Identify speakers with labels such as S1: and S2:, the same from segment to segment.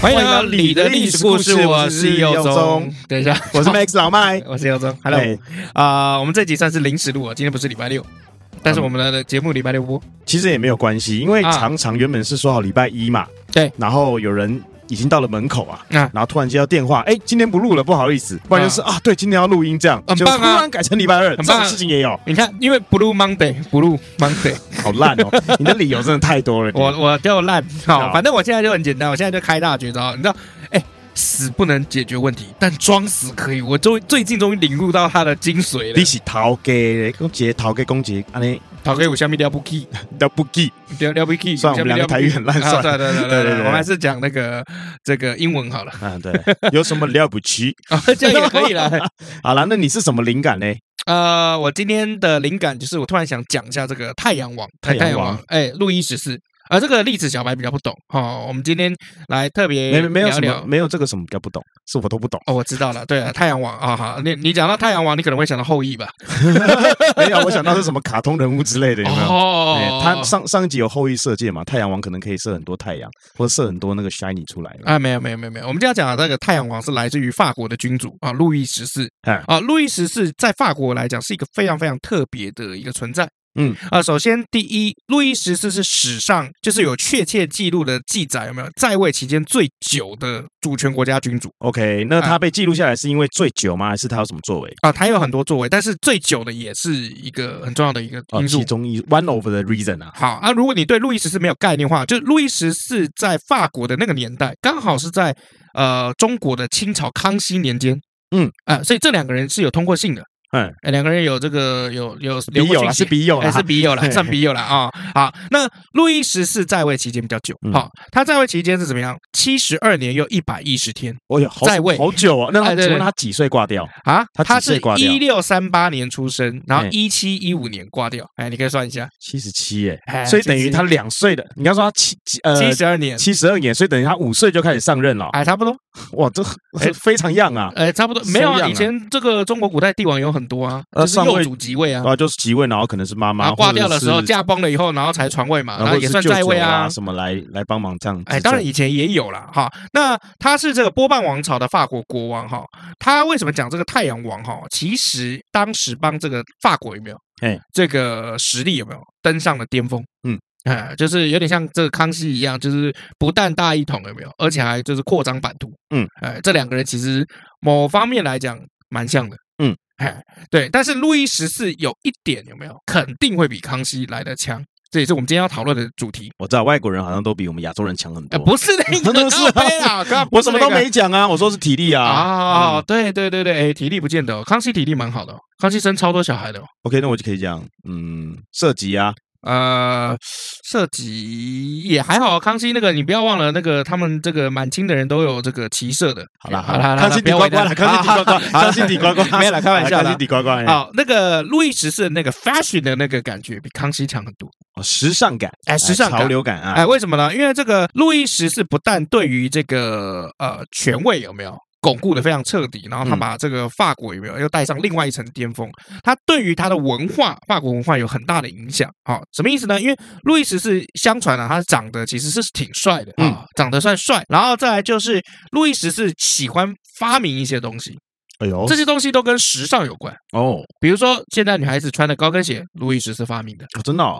S1: 欢迎
S2: 迎
S1: 来到
S2: 到
S1: 你
S2: 你
S1: 的
S2: 的
S1: 历
S2: 历
S1: 史
S2: 史
S1: 故
S2: 故
S1: 事
S2: 事，
S1: 我
S2: 我
S1: 是
S2: 是
S1: 佑
S2: 佑
S1: 宗
S2: 宗。
S1: 等一下，
S2: 我是 Max 老麦，
S1: 我是佑宗，Hello
S2: 哎
S1: 啊、我们这集算是临时录啊，今天不是礼拜六，但是我们的节目礼拜六播。
S2: 其实也没有关系，因为
S1: 啊
S2: 常常原本是说好礼拜一嘛，
S1: 对，
S2: 然后有人已经到了门口啊，
S1: 啊
S2: 然后突然接到电话，哎，今天不录了，不好意思，不然就是啊，对，今天要录音这样，
S1: 很
S2: 就
S1: 棒啊
S2: 突然改成礼拜二，这
S1: 很棒啊
S2: 种事情也有，
S1: 你看，因为 Blue Monday，Blue Monday，
S2: 好烂 哦，你的理由真的太多了，
S1: 我我就烂好，
S2: 好
S1: 反正我现在就很简单，我现在就开大绝招，你知道，哎。死不能解决问题，但装死可以。我终于最近终于领悟到它的精髓
S2: 你
S1: 了。
S2: 是逃给公杰，逃给公杰，安尼
S1: 讨给我下面掉不 key，
S2: 都不记，
S1: 掉掉不 key。
S2: 算了我们两个台语很烂
S1: 啊
S2: 算了
S1: 对对对
S2: 对
S1: 对对，
S2: 对对
S1: 我们还是讲那个这个英文 好了，
S2: 啊，对，有什么了不起？
S1: 啊 这样也可以了。
S2: 好了，那你是什么灵感呢？
S1: 呃，我今天的灵感就是我突然想讲一下这个太阳王，
S2: 太
S1: 太
S2: 阳
S1: 阳
S2: 王
S1: 王，哎，路易十四。啊，这个历史小白比较不懂哦。我们今天来特别
S2: 没没没有
S1: 聊
S2: 什么，
S1: 聊
S2: 没有这个什么比较不懂，是我都不懂。
S1: 哦，我知道了，对啊，太阳王啊，好，你你讲到太阳王，你可能会想到后羿吧？
S2: 没有，我想到是什么卡通人物之类的，有没有？哎
S1: 哦，
S2: 他上上一集有后羿射箭嘛，太阳王可能可以射很多太阳，或者射很多那个 shiny 出来了。
S1: 啊，没有没有没有没有，我们今天要讲的这个太阳王是来自于法国的君主啊，路易十四
S2: 哎
S1: 啊，路易十四在法国来讲是一个非常非常特别的一个存在。
S2: 嗯
S1: 啊，首先第一，路易十四是史上就是有确切记录的记载，有没有在位期间最久的主权国家君主
S2: OK，那他被记录下来是因为醉酒吗？还是他有什么作为？
S1: 啊？他有很多作为，但是最久的也是一个很重要的一个
S2: 啊，
S1: 因素
S2: 其。中一 one of the reason 啊，
S1: 好啊，如果你对路易十四没有概念的话，就是路易十四在法国的那个年代，刚好是在呃中国的清朝康熙年间，
S2: 嗯
S1: 啊、所以这两个人是有通过信的，
S2: 嗯
S1: 哎，两个人有这个有有
S2: 笔
S1: 留过
S2: 友啦，
S1: 信息
S2: 是笔友
S1: 还
S2: 啦，
S1: 是笔友了，
S2: 嘿
S1: 算笔友了啊、好，那路易十四在位期间比较久，好、
S2: 嗯
S1: 他在位期间是怎么样？七十二年又一百一十天
S2: 哦哟，好
S1: 在位
S2: 好久啊。那他
S1: 哎对
S2: 请
S1: 对
S2: 问他几岁挂掉？
S1: 啊！
S2: 他
S1: 他
S2: 几岁
S1: 是
S2: 挂掉
S1: 一六三八年出生，然后
S2: 嗯
S1: 一七一五年挂掉。哎，你可以算一下，
S2: 七十七耶，
S1: 哎
S2: 所以等于
S1: 77
S2: 他两岁的，你刚说他七几呃
S1: 七十二年，
S2: 七十二年，所以等于他五岁就开始上任了。
S1: 哎，差不多，
S2: 哇，这
S1: 哎
S2: 非常样啊！
S1: 哎，差不多，
S2: 谁
S1: 没有
S2: 养
S1: 啊。
S2: 啊
S1: 以前这个中国古代帝王有很多啊，
S2: 呃
S1: 就是
S2: 上
S1: 幼
S2: 位
S1: 主即位啊
S2: 然，后就是即位，然后可能是妈
S1: 然
S2: 妈
S1: 后挂掉的时候
S2: 或者是
S1: 驾崩了以后，然后才传位嘛，
S2: 然
S1: 然
S2: 后
S1: 后
S2: 或者
S1: 也
S2: 是
S1: 算
S2: 舅
S1: 在位
S2: 舅
S1: 啊
S2: 啊，。什么来来帮忙这样。
S1: 哎，当然以前也有啦。哈。那他是这个波旁王朝的法国国王哈，他为什么讲这个太阳王哈？其实当时帮这个法国有没有？
S2: 哎，
S1: 这个实力有没有登上了巅峰？
S2: 嗯。
S1: 哎，就是有点像这个康熙一样，就是不但大一统有没有，而且还就是扩张版图。
S2: 嗯，
S1: 哎，这两个人其实某方面来讲蛮像的。
S2: 嗯，
S1: 哎，对，但是路易十四有一点有没有，肯定会比康熙来的强，这也是我们今天要讨论的主题。
S2: 我知道外国人好像都比我们亚洲人强很
S1: 呃，
S2: 多。
S1: 不是 那个，
S2: 真的是啊
S1: 靠背啦，刚
S2: 我什么都没讲啊，我说是体力
S1: 啊。
S2: 啊。
S1: 啊，对对对对，哎，体力不见得哦，康熙体力蛮好的哦，康熙生超多小孩的哦。
S2: OK，那我就可以讲，嗯，射击啊，
S1: 呃，涉及也还好，康熙那个你不要忘了，那个他们这个满清的人都有这个骑射的。
S2: 好啦
S1: 好啦，
S2: 康熙
S1: 不
S2: 底
S1: 要
S2: 呱
S1: 为
S2: 呱
S1: 难
S2: 啦，康 熙底呱呱，康熙底呱呱，
S1: 没有 啦开玩笑啦
S2: 康熙底呱呱，哎
S1: 好，那个路易十四的那个 fashion 的那个感觉比康熙强很多。
S2: 哦时尚感，
S1: 哎时尚感
S2: 潮流感啊，
S1: 哎，为什么呢？因为这个路易十四不但对于这个呃权位有没有巩固的非常彻底，然后他
S2: 嗯
S1: 把这个法国有没有又带上另外一层巅峰，他对于他的文化，法国文化有很大的影响。好，什么意思呢？因为路易十四相传啊，他长得其实是挺帅的，
S2: 嗯
S1: 啊，长得算帅。然后再来就是路易十四喜欢发明一些东西，
S2: 哎呦
S1: 这些东西都跟时尚有关。
S2: 哦，
S1: 比如说，现在女孩子穿的高跟鞋，路易十四发明的；
S2: 真的哦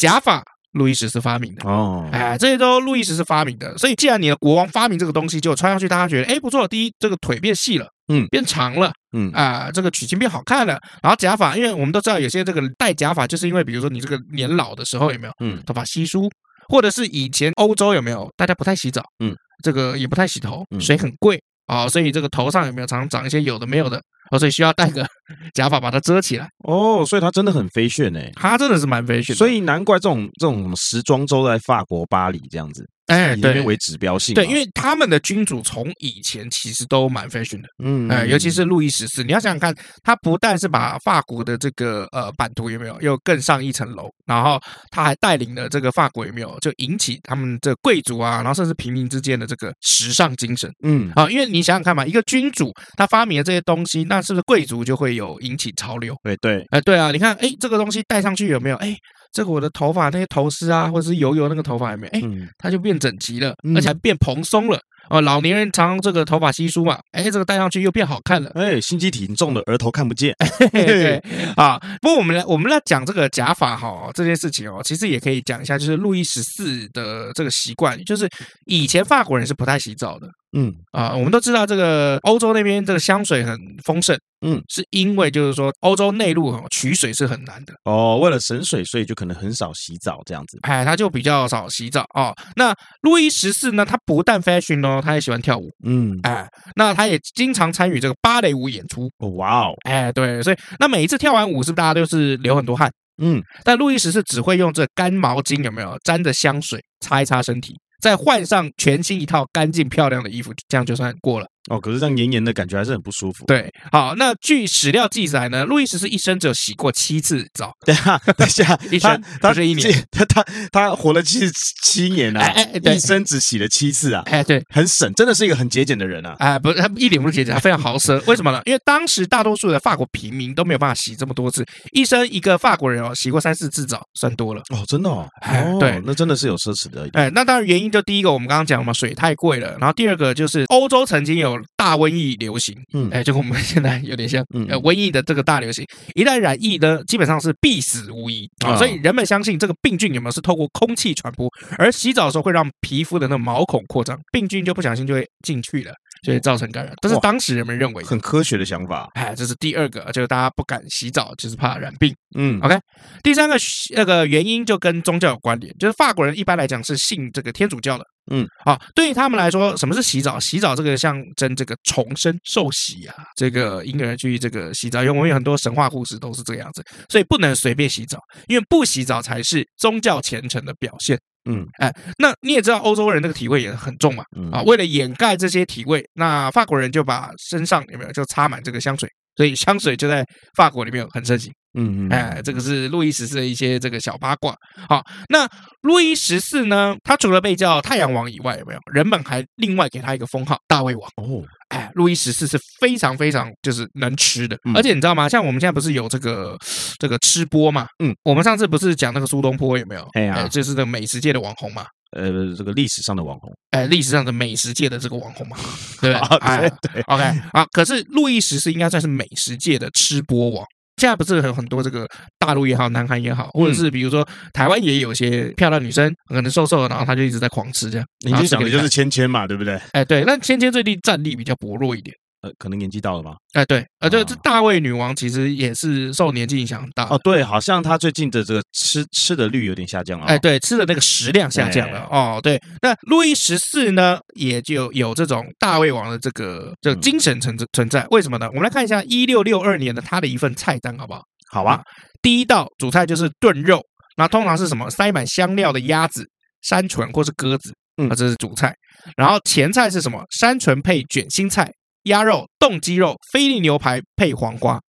S1: 假发，路易十四发明的。
S2: 哦，
S1: 哎，这些都路易十四发明的，所以既然你的国王发明这个东西，就穿上去，大家觉得哎不错，第一这个腿变细了，
S2: 嗯
S1: 变长了，
S2: 嗯
S1: 啊、这个曲线变好看了，然后假发，因为我们都知道有些这个戴假发，就是因为比如说你这个年老的时候有没有
S2: 嗯
S1: 头发稀疏，或者是以前欧洲有没有大家不太洗澡，
S2: 嗯，
S1: 这个也不太洗头，
S2: 嗯
S1: 水很贵啊、所以这个头上有没有常常长一些有的没有的，哦，所以需要戴个 假发把它遮起来，
S2: 哦，所以他真的很飞旋哎，
S1: 它真的是蛮 fashion 的
S2: 所以难怪这种这种什么时装周在法国巴黎这样子，
S1: 哎，
S2: 以那
S1: 对
S2: 边为指标性嘛。
S1: 对，因为他们的君主从以前其实都蛮 fashion 的，
S2: 嗯，
S1: 哎，尤其
S2: 嗯
S1: 是路易十四，你要想想看，他不但是把法国的这个呃版图有没有又更上一层楼，然后他还带领了这个法国有没有就引起他们这贵族啊，然后甚至平民之间的这个时尚精神。
S2: 嗯
S1: 啊，因为你想想看嘛，一个君主他发明了这些东西，那是不是贵族就会有引起潮流？
S2: 对对，
S1: 哎，对啊，你看，哎，这个东西戴上去有没有？哎，这个我的头发那些头饰啊，或者是油油那个头发有没有？哎，
S2: 嗯
S1: 它就变整齐了，
S2: 嗯
S1: 而且还变蓬松了。哦，老年人常常这个头发稀疏嘛，哎，这个戴上去又变好看了。
S2: 哎，心机挺重的，额头看不见。
S1: 嘿对啊，不过我们来我们来讲这个假发哈这件事情哦，其实也可以讲一下，就是路易十四的这个习惯，就是以前法国人是不太洗澡的。
S2: 嗯
S1: 啊、我们都知道这个欧洲那边这个香水很丰盛，
S2: 嗯，
S1: 是因为就是说欧洲内陆哦取水是很难的，
S2: 哦，为了省水，所以就可能很少洗澡这样子。
S1: 哎，他就比较少洗澡哦。那路易十四呢，他不但 fashion 哦，他也喜欢跳舞，
S2: 嗯，
S1: 哎，那他也经常参与这个芭蕾舞演出，
S2: 哦哇哦，
S1: 哎，对，所以那每一次跳完舞是不是大家都是流很多汗？
S2: 嗯，
S1: 但路易十四只会用这干毛巾有没有沾着香水擦一擦身体，再换上全新一套干净漂亮的衣服，这样就算过了。
S2: 哦，可是这样炎炎的感觉还是很不舒服。
S1: 对，好，那据史料记载呢，路易十四一生只有洗过七次澡。
S2: 等一下，等 一下，
S1: 一
S2: 他
S1: 生
S2: 他
S1: 不是一年
S2: 这，他他他活了七七年
S1: 哎
S2: 啊，
S1: 哎哎对
S2: 一生只洗了七次啊，
S1: 哎，对，
S2: 很省，真的是一个很节俭的人啊。
S1: 哎、不是，他一脸不是节俭，他非常豪奢。为什么呢？因为当时大多数的法国平民都没有办法洗这么多次，一生一个法国人哦，洗过三四次澡算多了。
S2: 哦，真的哦，
S1: 哎
S2: 哦
S1: 对
S2: 那真的是有奢侈的。
S1: 哎，那当然原因就第一个我们刚刚讲了嘛，水太贵了。然后第二个就是欧洲曾经有大瘟疫流行，
S2: 嗯
S1: 哎，就跟我们现在有点像，
S2: 嗯
S1: 呃，瘟疫的这个大流行，一旦染疫呢，基本上是必死无疑啊。
S2: 啊
S1: 所以人们相信这个病菌有没有是透过空气传播，而洗澡的时候会让皮肤的那个毛孔扩张，病菌就不小心就会进去了，就会造成感染。这是
S2: 哇
S1: 当时人们认为的。
S2: 很科学的想法，
S1: 哎，这是第二个，就是大家不敢洗澡，就是怕染病。
S2: 嗯
S1: OK，第三个那个原因就跟宗教有关联，就是法国人一般来讲是信这个天主教的。
S2: 嗯，
S1: 好、对于他们来说，什么是洗澡？洗澡这个象征这个重生、受洗啊，这个婴儿去这个洗澡，因为我们有很多神话故事都是这个样子，所以不能随便洗澡，因为不洗澡才是宗教虔诚的表现。
S2: 嗯，
S1: 哎，那你也知道欧洲人那个体味也很重嘛，
S2: 嗯
S1: 啊，为了掩盖这些体味，那法国人就把身上有没有就擦满这个香水，所以香水就在法国里面很盛行。
S2: 嗯嗯，
S1: 哎，这个是路易十四的一些这个小八卦。好，那路易十四呢，他除了被叫太阳王以外，有没有人们还另外给他一个封号大胃王？
S2: 哦，
S1: 哎，路易十四是非常非常就是能吃的，
S2: 嗯
S1: 而且你知道吗？像我们现在不是有这个这个吃播嘛？
S2: 嗯，
S1: 我们上次不是讲那个苏东坡有没有？
S2: 哎呀
S1: 就是那个美食界的网红嘛。
S2: 呃，这个历史上的网红，
S1: 哎，历史上的美食界的这个网红嘛，对不对？哎
S2: 啊，对对，
S1: OK 啊，可是路易十四应该算是美食界的吃播王。现在不是很很多这个大陆也好，南韩也好，
S2: 嗯
S1: 或者是比如说台湾也有些漂亮女生，可能瘦瘦的，然后她就一直在狂吃这样。
S2: 你
S1: 然后
S2: 就
S1: 吃
S2: 想
S1: 给
S2: 的就
S1: 看
S2: 是芊芊嘛，对不对？
S1: 哎，对，那芊芊最近战力比较薄弱一点。
S2: 呃，可能年纪到了吧？
S1: 哎，对，啊，就
S2: 啊
S1: 这大卫女王其实也是受年纪影响很大的。
S2: 哦，对，好像他最近的这个吃吃的率有点下降了哦。哎
S1: 哎，对，吃的那个食量下降了、哦。对，那路易十四呢，也就有这种大胃王的这个这个
S2: 嗯
S1: 精神存存在。为什么呢？我们来看一下一六六二年的他的一份菜单，好不好？
S2: 好吧，
S1: 嗯第一道主菜就是炖肉，那通常是什么？塞满香料的鸭子、山唇或是鸽子，
S2: 嗯
S1: 啊，这是主菜。然后前菜是什么？山唇配卷心菜、鸭肉、冻鸡肉、菲力牛排配黄瓜。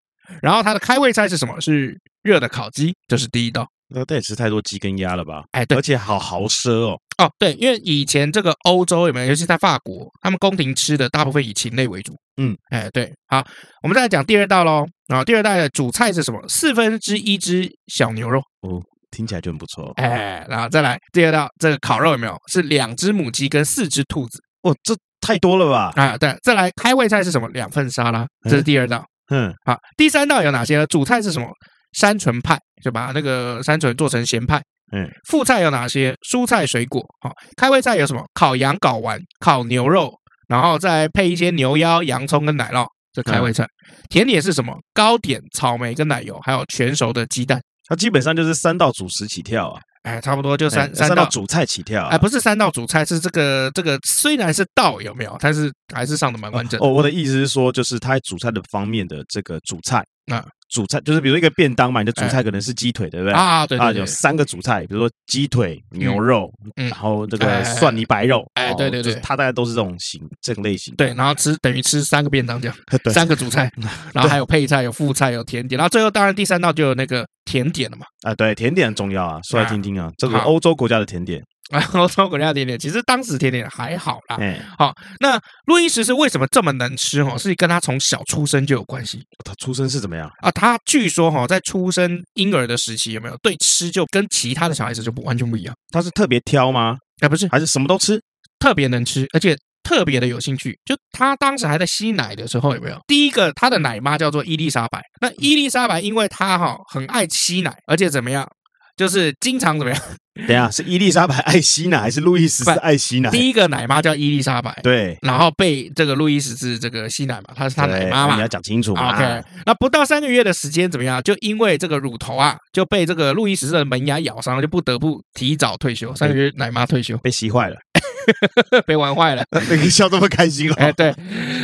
S1: 然后它的开胃菜是什么？是热的烤鸡，这是第一道。
S2: 那他也吃太多鸡跟鸭了吧？
S1: 哎，对
S2: 而且好豪奢哦。
S1: 哦，对，因为以前这个欧洲有没有，尤其在法国，他们宫廷吃的大部分以禽类为主。
S2: 嗯，
S1: 哎，对，好，我们再来讲第二道喽。啊，第二道的主菜是什么？四分之一只小牛肉。
S2: 哦，听起来就很不错。哦
S1: 哎，然后再来第二道，这个烤肉有没有？是两只母鸡跟四只兔子
S2: 哦，这太多了吧？
S1: 哎啊。对，再来开胃菜是什么？两份沙拉，这是第二道。
S2: 嗯，
S1: 好，第三道有哪些呢？主菜是什么？山唇派，就把那个山唇做成咸派。
S2: 嗯，
S1: 副菜有哪些？蔬菜、水果。好，开胃菜有什么？烤羊睾丸、烤牛肉，然后再配一些牛腰、洋葱跟奶酪，这开胃菜。甜点是什么？糕点、草莓跟奶油，还有全熟的鸡蛋。
S2: 它基本上就是三道主食起跳啊，
S1: 哎，差不多就三
S2: 哎
S1: 三
S2: 三
S1: 道
S2: 道主菜起跳啊。
S1: 哎，不是三道主菜，是这个这个虽然是道有没有，
S2: 哦
S1: 但是还是上的蛮完整的。嗯
S2: 哦，我的意思是说，就是它主菜的方面的这个主菜
S1: 啊，哎
S2: 主菜，就是比如说一个便当嘛，你的主菜可能是鸡腿，对不对？
S1: 啊，对
S2: 啊，
S1: 对对
S2: 有，三个主菜，比如说鸡腿、牛肉，
S1: 嗯
S2: 然后这
S1: 哎哎
S2: 个
S1: 哎
S2: 蒜泥白肉，
S1: 哎
S2: 哦
S1: 对对
S2: 就是
S1: 对
S2: 它大概都是这种型这个类型。
S1: 对，然后吃等于吃三个便当这样，
S2: 对
S1: 三个主菜，然后还有配菜、有副菜、有甜点，然后最后当然第三道就有那个甜点了嘛。
S2: 啊，对，甜点很重要啊，说来
S1: 啊
S2: 听听啊，这个
S1: 好
S2: 欧洲国家的甜点，
S1: 然后中国人家甜点，其实当时甜点还好啦。
S2: 哎，
S1: 那路易十是为什么这么能吃哦？是跟他从小出生就有关系
S2: 它出生是怎么样？
S1: 啊。他据说哈、在出生婴儿的时期有没有对吃就跟其他的小孩子就不完全不一样
S2: 它是特别挑吗？
S1: 啊？不是
S2: 还是什么都吃？
S1: 特别能吃，而且特别的有兴趣。就他当时还在吸奶的时候有没有？第一个他的奶妈叫做伊丽莎白，那伊丽莎白因为她哈、很爱吸奶，而且怎么样？就是经常怎 么样？
S2: 等一下是伊丽莎白爱吸奶，还是路易十四
S1: 不
S2: 爱吸奶？
S1: 第一个奶妈叫伊丽莎白，
S2: 对，
S1: 然后被这个路易十四这个吸奶嘛，她是他
S2: 对
S1: 奶妈
S2: 那
S1: 嘛
S2: 你要。讲清楚嘛。
S1: OK，那不到三个月的时间怎么样？就因为这个乳头啊，就被这个路易十四的门牙咬伤了，就不得不提早退休，三个月奶妈退休，
S2: 被吸坏了，
S1: 被玩坏了。
S2: 那个笑这么开心
S1: 哎，
S2: 哦！
S1: 对。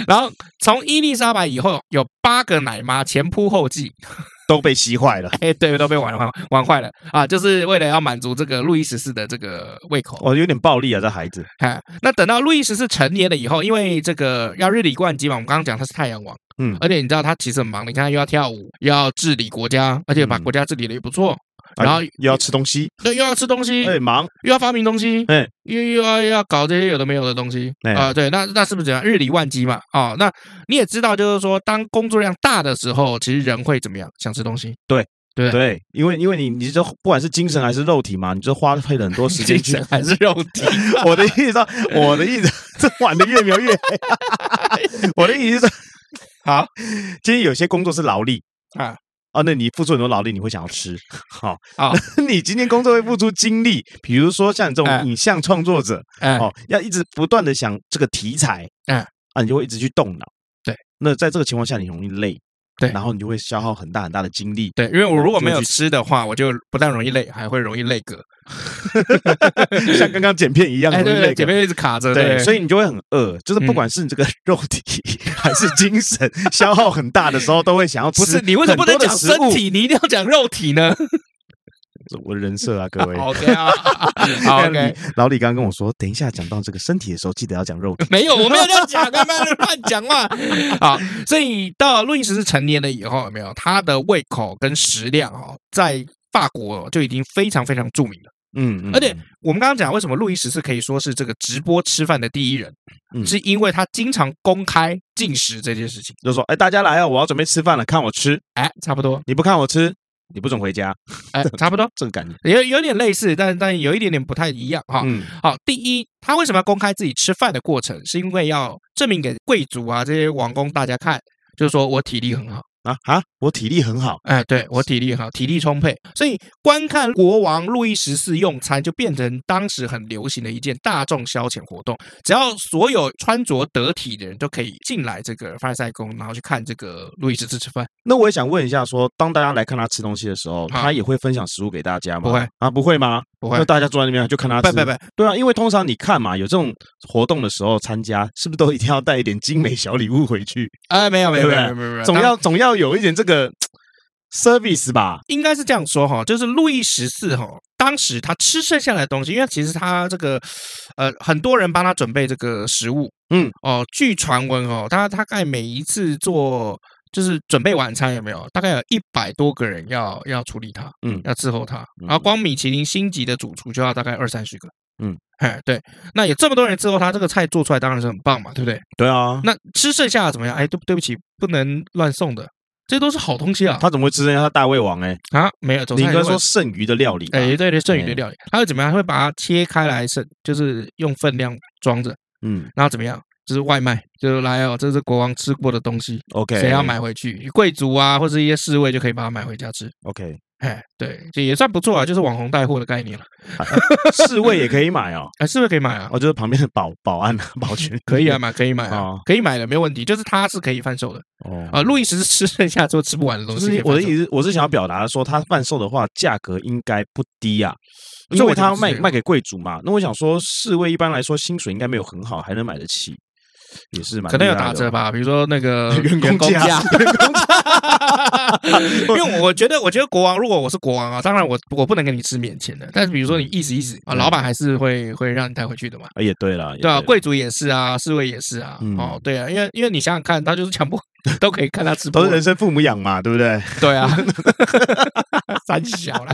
S1: 然后从伊丽莎白以后，有八个奶妈前仆后继，
S2: 都被吸坏了。
S1: 哎，对，都被玩玩玩坏了啊，就是为了要满足这个路易十四的这个胃口。
S2: 哦，有点暴力啊，这孩子。
S1: 哎，那等到路易十四成年了以后，因为这个要日理万机嘛，我们刚刚讲他是太阳王，
S2: 嗯
S1: 而且你知道他其实很忙的，你看他又要跳舞，又要治理国家，而且把
S2: 嗯
S1: 国家治理的也不错，然后嗯
S2: 啊又要吃东西，
S1: 对，又要吃东西，
S2: 哎，忙，
S1: 又要发明东西，
S2: 哎
S1: 又又要又要搞这些有的没有的东西啊、
S2: 哎
S1: 对，那那是不是怎样日理万机嘛？哦，那你也知道，就是说，当工作量大的时候，其实人会怎么样？想吃东西，对
S2: 对，因为因为你你这不管是精神还是肉体嘛，你就花费了很多时间
S1: 精
S2: 去
S1: 神。还是肉体？
S2: 我的意思说，我的意思，这玩的越描越黑。啊 我的意思是，
S1: 好，
S2: 今天有些工作是劳力
S1: 啊。
S2: 啊，那你付出很多劳力，你会想要吃，好
S1: 啊
S2: 你今天工作会付出精力，比如说像你这
S1: 哎
S2: 种影像创作者，
S1: 哎、
S2: 哦，要一直不断的想这个题材，
S1: 嗯
S2: 啊，你就会一直去动脑。
S1: 对，
S2: 那在这个情况下，你容易累，
S1: 对
S2: 然后你就会消耗很大很大的 精力。
S1: 对，因为我如果没有
S2: 就
S1: 吃的话，我就不但容易累，还会容易累 嗝。
S2: 像刚刚剪片一样，
S1: 哎，
S2: 容
S1: 对
S2: 易累
S1: 对，
S2: 的
S1: 姐。妹一直卡着，
S2: 对，所
S1: 以
S2: 以你就会很饿，就是
S1: 嗯
S2: 不管是你这个 肉体还是精神消耗很大的时候，都会想要吃
S1: 不
S2: 很多
S1: 是
S2: 的食物。
S1: 你为什么不能讲身体？你一定要讲肉体呢
S2: 我的人设啊，各 位。
S1: ？OK 啊好，OK，
S2: 你老李刚刚跟我说，等一下讲到这个身体的时候，记得要讲 肉体。
S1: 没有，我没有这样讲，干嘛乱讲 话？好，所以到路易十四成年了以后，有没有他的胃口跟食量哦，在法国就已经非常非常著名了。
S2: 嗯，嗯
S1: 而且
S2: 嗯
S1: 我们刚刚讲为什么路易十四可以说是这个直播吃饭的第一人，
S2: 嗯
S1: 是因为他经常公开进食这件事情。
S2: 就说，哎，大家来啊，我要准备吃饭了，看我吃，
S1: 哎，差不多，
S2: 你不看我吃，你不准回家，
S1: 哎，差 不多，
S2: 这个感觉。
S1: 有有点类似，但但有一点点不太一样哈。
S2: 嗯，
S1: 好，第一，他为什么要公开自己吃饭的过程？是因为要证明给贵族啊这些王公大家看，就是说我体力很好。
S2: 啊啊！我体力很好，
S1: 哎，对我体力好，体力充沛，所以观看国王路易十四用餐就变成当时很流行的一件大众消遣活动。只要所有穿着得体的人都可以进来这个凡尔赛宫，然后去看这个路易十四吃饭。
S2: 那我也想问一下说当大家来看他吃东西的时候，
S1: 啊
S2: 他也会分享食物给大家吗？
S1: 不会
S2: 啊，不会吗？
S1: 不会
S2: 那，大家坐在那边就看他
S1: 不
S2: 吃？
S1: 不不，
S2: 对啊，因为通常你看嘛，有这种活动的时候参加，是不是都一定要带一点精美小礼物回去？
S1: 哎，没有没有
S2: 对不
S1: 没
S2: 对
S1: 有没有没有，
S2: 总
S1: 当
S2: 要总要有一点这个 service 吧？
S1: 应该是这样说哈，就是路易十四哈，当时他吃剩下来的东西，因为其实他这个呃，很多人帮他准备这个食物，
S2: 嗯，
S1: 哦，据传闻哦，他大概每一次做就是准备晚餐有没有，大概有一百多个人要要处理他，
S2: 嗯
S1: 要伺候他，
S2: 嗯
S1: 然后光米其林星级的主厨就要大概二三十个，
S2: 嗯。
S1: 哎，对，那有这么多人伺候他，这个菜做出来当然是很棒嘛，对不对？
S2: 对啊，
S1: 那吃剩下的怎么样？哎，对对不起，不能乱送的，这都是好东西啊！
S2: 他怎么会吃人家他大胃王哎、
S1: 啊，没有，总
S2: 你应
S1: 算
S2: 该
S1: 有
S2: 说剩余的料理吧。
S1: 哎，对对，剩余的
S2: 哎
S1: 料理，他会怎么样？他会把它切开来，剩就是用分量装着，
S2: 嗯
S1: 然后怎么样？就是外卖，就是来哦，这是国王吃过的东西，
S2: ，OK，
S1: 谁要买回去？贵族啊，或者一些侍卫就可以把它买回家吃。
S2: ？OK，
S1: 哎，对，这也算不错啊，就是网红带货的概念了。
S2: 侍卫也可以 买哦，
S1: 哎，侍卫可以买啊，
S2: 哦，就是旁边的保保安保全
S1: 可 以啊，，买可以买啊
S2: 哦，
S1: 可以买的，没有问题。就是它是可以贩售的
S2: 哦
S1: 啊。路易十四 吃剩下之后吃不完的东西
S2: 就
S1: 可以贩
S2: 是
S1: 售，
S2: 我的意思，我是想要表达说，它贩售的话，价格应该不低啊，
S1: 这
S2: 因
S1: 我
S2: 为
S1: 就
S2: 它
S1: 不知
S2: 卖
S1: 道
S2: 卖给贵族嘛。那我想说，侍卫一般来说薪水应该没有很好，还能买得起。也是蛮
S1: 可能有
S2: 厉害
S1: 打
S2: 的
S1: 折
S2: 哦，
S1: 吧，比如 说那 个
S2: 员工
S1: 工
S2: 价
S1: 价， 因为我觉得，我觉得国王，如果我是国王啊，当然我我不能给你吃免钱的，但是比如
S2: 嗯
S1: 说你意思意思啊，
S2: 对
S1: 老板还是会会让你带回去的嘛。
S2: 啊也对了，也
S1: 对啊，
S2: 了
S1: 贵族也是啊，侍卫也是啊，
S2: 嗯
S1: 哦，对啊，因为因为你想想看，他就是强迫 都可以看他吃播
S2: 都是，人生父母养嘛，对不对？
S1: 对 啊，三小啦。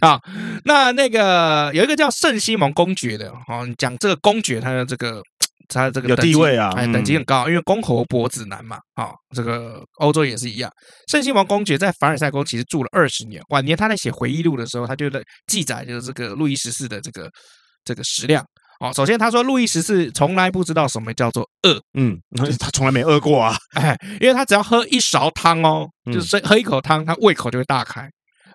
S1: 啊，那那个有一个叫圣西蒙公爵的哦，你讲这个公爵他的这个他这个
S2: 有
S1: 等
S2: 地
S1: 级
S2: 位啊
S1: 哎，
S2: 嗯
S1: 等级很高，因为公侯伯子男嘛，啊、这个欧洲也是一样。圣西蒙公爵在凡尔赛宫其实住了二十年，晚年他在写回忆录的时候，他就在记载就是这个路易十四的这个这个食量。哦，首先他说路易十四从来不知道什么叫做饿，
S2: 嗯，他从来没饿过啊，
S1: 哎， 因为他只要喝一勺汤哦，
S2: 嗯
S1: 就是喝一口汤，他胃口就会大开，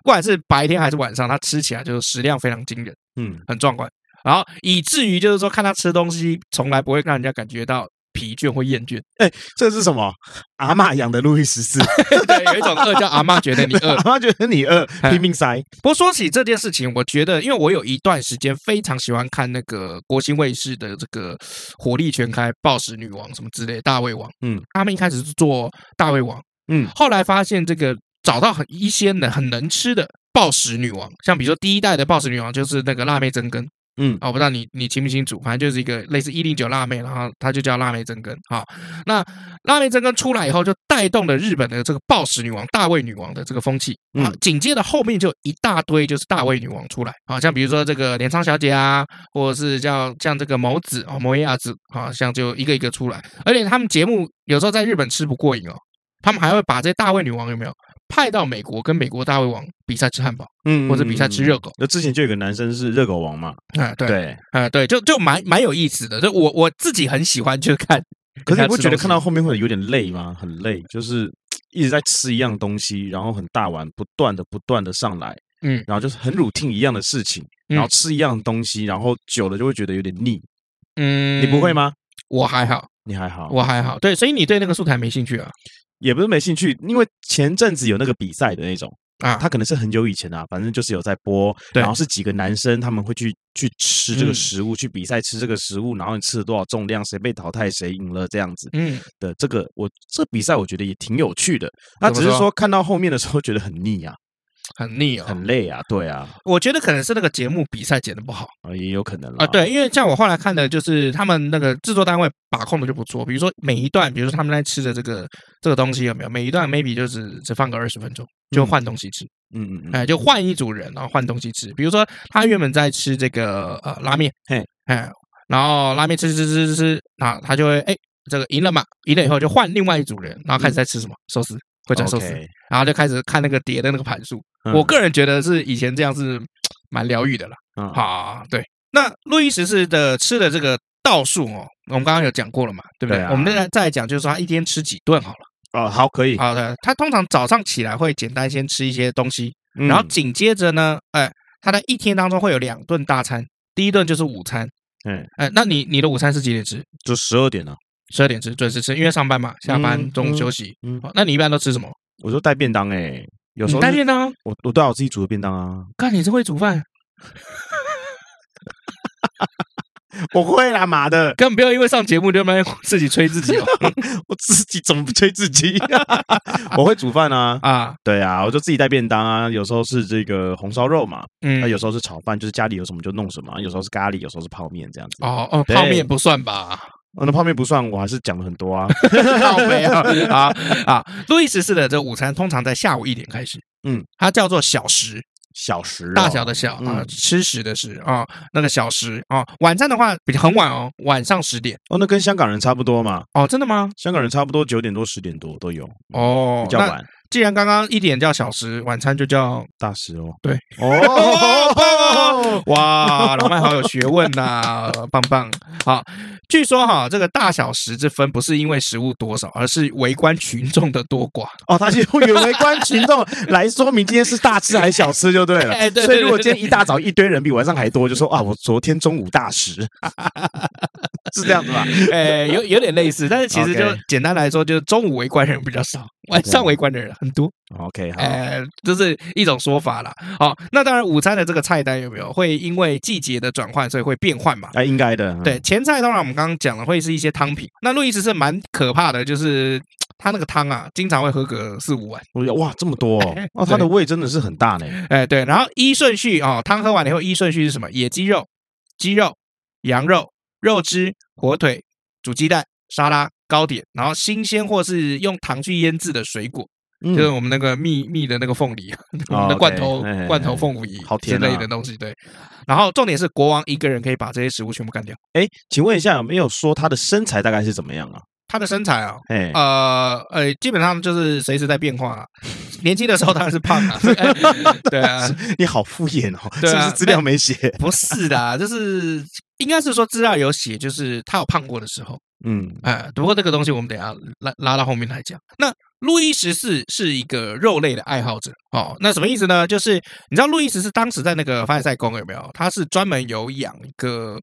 S1: 不管是白天还是晚上，他吃起来就是食量非常惊人，
S2: 嗯，
S1: 很壮观。然后以至于就是说，看他吃东西，从来不会让人家感觉到疲倦或厌倦。
S2: 这是什么？阿嬷养的路易十四，
S1: 对，有一种饿叫 阿妈觉得你饿
S2: 阿。嬷觉得你饿，
S1: 哎
S2: 拼命塞，
S1: 不过说起这件事情，我觉得，因为我有一段时间非常喜欢看那个国新卫视的这个《火力全开》《暴食女王》什么之类，《大胃王》。
S2: 嗯，
S1: 他们一开始是做大胃王，
S2: 嗯，
S1: 后来发现这个找到很一些能很能吃的暴食女王，像比如说第一代的暴食女王就是那个辣妹真根，
S2: 嗯
S1: 啊，我不知道你你清不清楚，反正就是一个类似一零九辣妹，然后她就叫辣妹真根啊。那辣妹真根出来以后，就带动了日本的这个暴食女王、大胃女王的这个风气啊
S2: 嗯。
S1: 紧接着后面就一大堆就是大胃女王出来啊，像比如说这个镰仓小姐啊，或者是叫像这个某子哦、某亚子啊，像就一个一个出来，而且他们节目有时候在日本吃不过瘾哦，他们还会把这些大胃女王有没有派到美国跟美国大胃王比赛吃汉堡，
S2: 嗯
S1: 或者比赛吃热狗。
S2: 那之前就有个男生是热狗王嘛，
S1: 啊、对，啊、对，
S2: 对，
S1: 就就蛮蛮有意思的，就我我自己很喜欢去看。
S2: 可是你
S1: 人家
S2: 不
S1: 吃
S2: 觉得
S1: 东西
S2: 看到后面会有点累吗？很累，就是一直在吃一样东西，然后很大碗，不断的不断的上来，
S1: 嗯
S2: 然后就是很 routine 一样的事情，
S1: 嗯
S2: 然后吃一样的东西，然后久了就会觉得有点腻。
S1: 嗯，
S2: 你不会？吗？
S1: 我还好，
S2: 你还好，
S1: 我还好。对，所以你对那个素材没兴趣啊？
S2: 也不是没兴趣，因为前阵子有那个比赛的那种，
S1: 啊，
S2: 他可能是很久以前啊，反正就是有在播，
S1: 对
S2: 然后是几个男生他们会去去吃这个
S1: 嗯
S2: 食物，去比赛吃这个食物，然后你吃了多少重量，谁被淘汰谁赢了这样子
S1: 嗯，
S2: 的。这个我这比赛我觉得也挺有趣的，那只是
S1: 说
S2: 说看到后面的时候觉得很腻啊，
S1: 很腻哦。
S2: 很累啊，对啊，
S1: 我觉得可能是那个节目比赛剪的不好
S2: 啊也有可能啦
S1: 啊。，对，因为像我后来看的，就是他们那个制作单位把控的就不错。比如说每一段，比如说他们在吃的这个这个东西有没有？每一段 maybe 就只只放个二十分钟，就
S2: 嗯
S1: 换东西吃。
S2: 嗯嗯嗯，
S1: 哎，就换一组人，然后换东西吃。比如说，他原本在吃这个呃拉面，
S2: 嘿，
S1: 哎，然后拉面吃吃吃吃吃，啊，他就会哎这个赢了嘛，赢了以后就换另外一组人，然后开始在吃什么寿司，会转寿司，
S2: 嗯 OK，
S1: 然后就开始看那个碟的那个盘数。
S2: 嗯
S1: 我个人觉得是以前这样是蛮疗愈的啦。
S2: 嗯
S1: 啊，对。那路易十四的吃的这个道数哦，我们刚刚有讲过了嘛，对不对？
S2: 对啊
S1: 我们再再来讲，就是说他一天吃几顿好了。
S2: 哦好可以，
S1: 好的，他通常早上起来会简单先吃一些东西，
S2: 嗯
S1: 然后紧接着呢，哎、他在一天当中会有两顿大餐，第一顿就是午餐，
S2: 嗯，
S1: 哎、那你你的午餐是几点吃？
S2: 就十二点了，
S1: 十二点吃，准时吃，因为上班嘛，下班
S2: 嗯
S1: 中午休息。
S2: 嗯，
S1: 好，那你一般都吃什么？
S2: 我就带便当哎，有
S1: 你
S2: 时候
S1: 嗯带
S2: 是
S1: 便当？
S2: 我我带我自己煮的便当啊，
S1: 看你是会煮 饭，
S2: 我会啦妈的，
S1: 根本不要因为上节目就慢慢自己吹自 己哦
S2: 我自己怎么不吹自 己？我会煮饭啊，
S1: 啊，
S2: 对啊，我就自己带便当啊，有时候是这个红烧肉嘛，那
S1: 嗯，
S2: 有时候是炒饭，就是家里有什么就弄什么，有时候是咖喱，有时候是泡面这样子。
S1: 哦哦，
S2: 对
S1: 泡面不算吧？
S2: 哦，那泡面不算，我还是讲了很多啊。
S1: 靠背啊啊啊！路易十四的这午餐通常在下午一点开始，
S2: 嗯，
S1: 它叫做小食，
S2: 小食、
S1: 大小，的小啊，
S2: 嗯
S1: 吃食的食啊，那个小食啊。晚餐的话比较很晚哦，晚上十点
S2: 哦，那跟香港人差不多嘛，
S1: 哦，真的吗？
S2: 香港人差不多九点多、十点多都有，
S1: 哦
S2: 嗯比，较
S1: 那
S2: 晚。
S1: 既然刚刚一点叫小食，晚餐就叫
S2: 大食哦，
S1: 对，
S2: 哦，
S1: 哇，老麦好有学问呐、 棒棒！好，据说哈，这个大小食之分不是因为食物多少，而是围观群众的多寡。
S2: 哦，他是用原围观群众来说明今天是大吃还是小吃就对了。
S1: 哎对对
S2: 所以如果
S1: 对对
S2: 今天一大早一堆人比晚上还多，就说啊，我昨天中午大食， 是这样 子吧？
S1: 呃，有有点类似，但是其实就
S2: OK
S1: 简单来说，就是中午围观的人比较少，晚上
S2: 对
S1: 围观的人很多。
S2: OK，好，
S1: 呃，这是一种说法啦。好，那当然午餐的这个菜单有没有会因为季节的转换，所以会变换嘛？
S2: 哎，应该的，
S1: 对，前菜当然我们刚刚讲了，会是一些汤品。那路易斯是蛮可怕的，就是他那个汤啊，经常会喝个四五碗。
S2: 我觉得哇，这么多哦，哦，他的胃真的是很大呢。
S1: 哎，对，然后依顺序哦，汤喝完了以后，依顺序是什么？野鸡肉、鸡肉、羊肉、肉汁、火腿、煮鸡蛋、沙拉、糕点，然后新鲜或是用糖去腌制的水果，
S2: 嗯
S1: 就是我们那个蜜蜜的那个 凤梨，我们的
S2: OK，
S1: 罐头
S2: 嘿嘿嘿
S1: 罐头凤梨
S2: 好
S1: 之
S2: 甜
S1: 类
S2: 啊
S1: 的东西。对，然后重点是国王一个人可以把这些食物全部干掉。
S2: 哎，请问一下，有没有说他的身材大概是怎么样啊？
S1: 他的身材啊，
S2: 哎，
S1: 呃呃，基本上就是随时在变化啊。年轻的时候当然是胖 啊，所以哎对啊，
S2: 你好敷衍哦，
S1: 对
S2: 是不
S1: 啊
S2: 是资料没写？
S1: 不是的啊，就是应该是说资料有写，就是他有胖过的时候。
S2: 嗯，
S1: 哎，不过这个东西我们等一下拉拉到后面来讲。那路易十四是一个肉类的爱好者哦，那什么意思呢？就是你知道路易十四当时在那个凡尔赛宫有没有？他是专门有养一个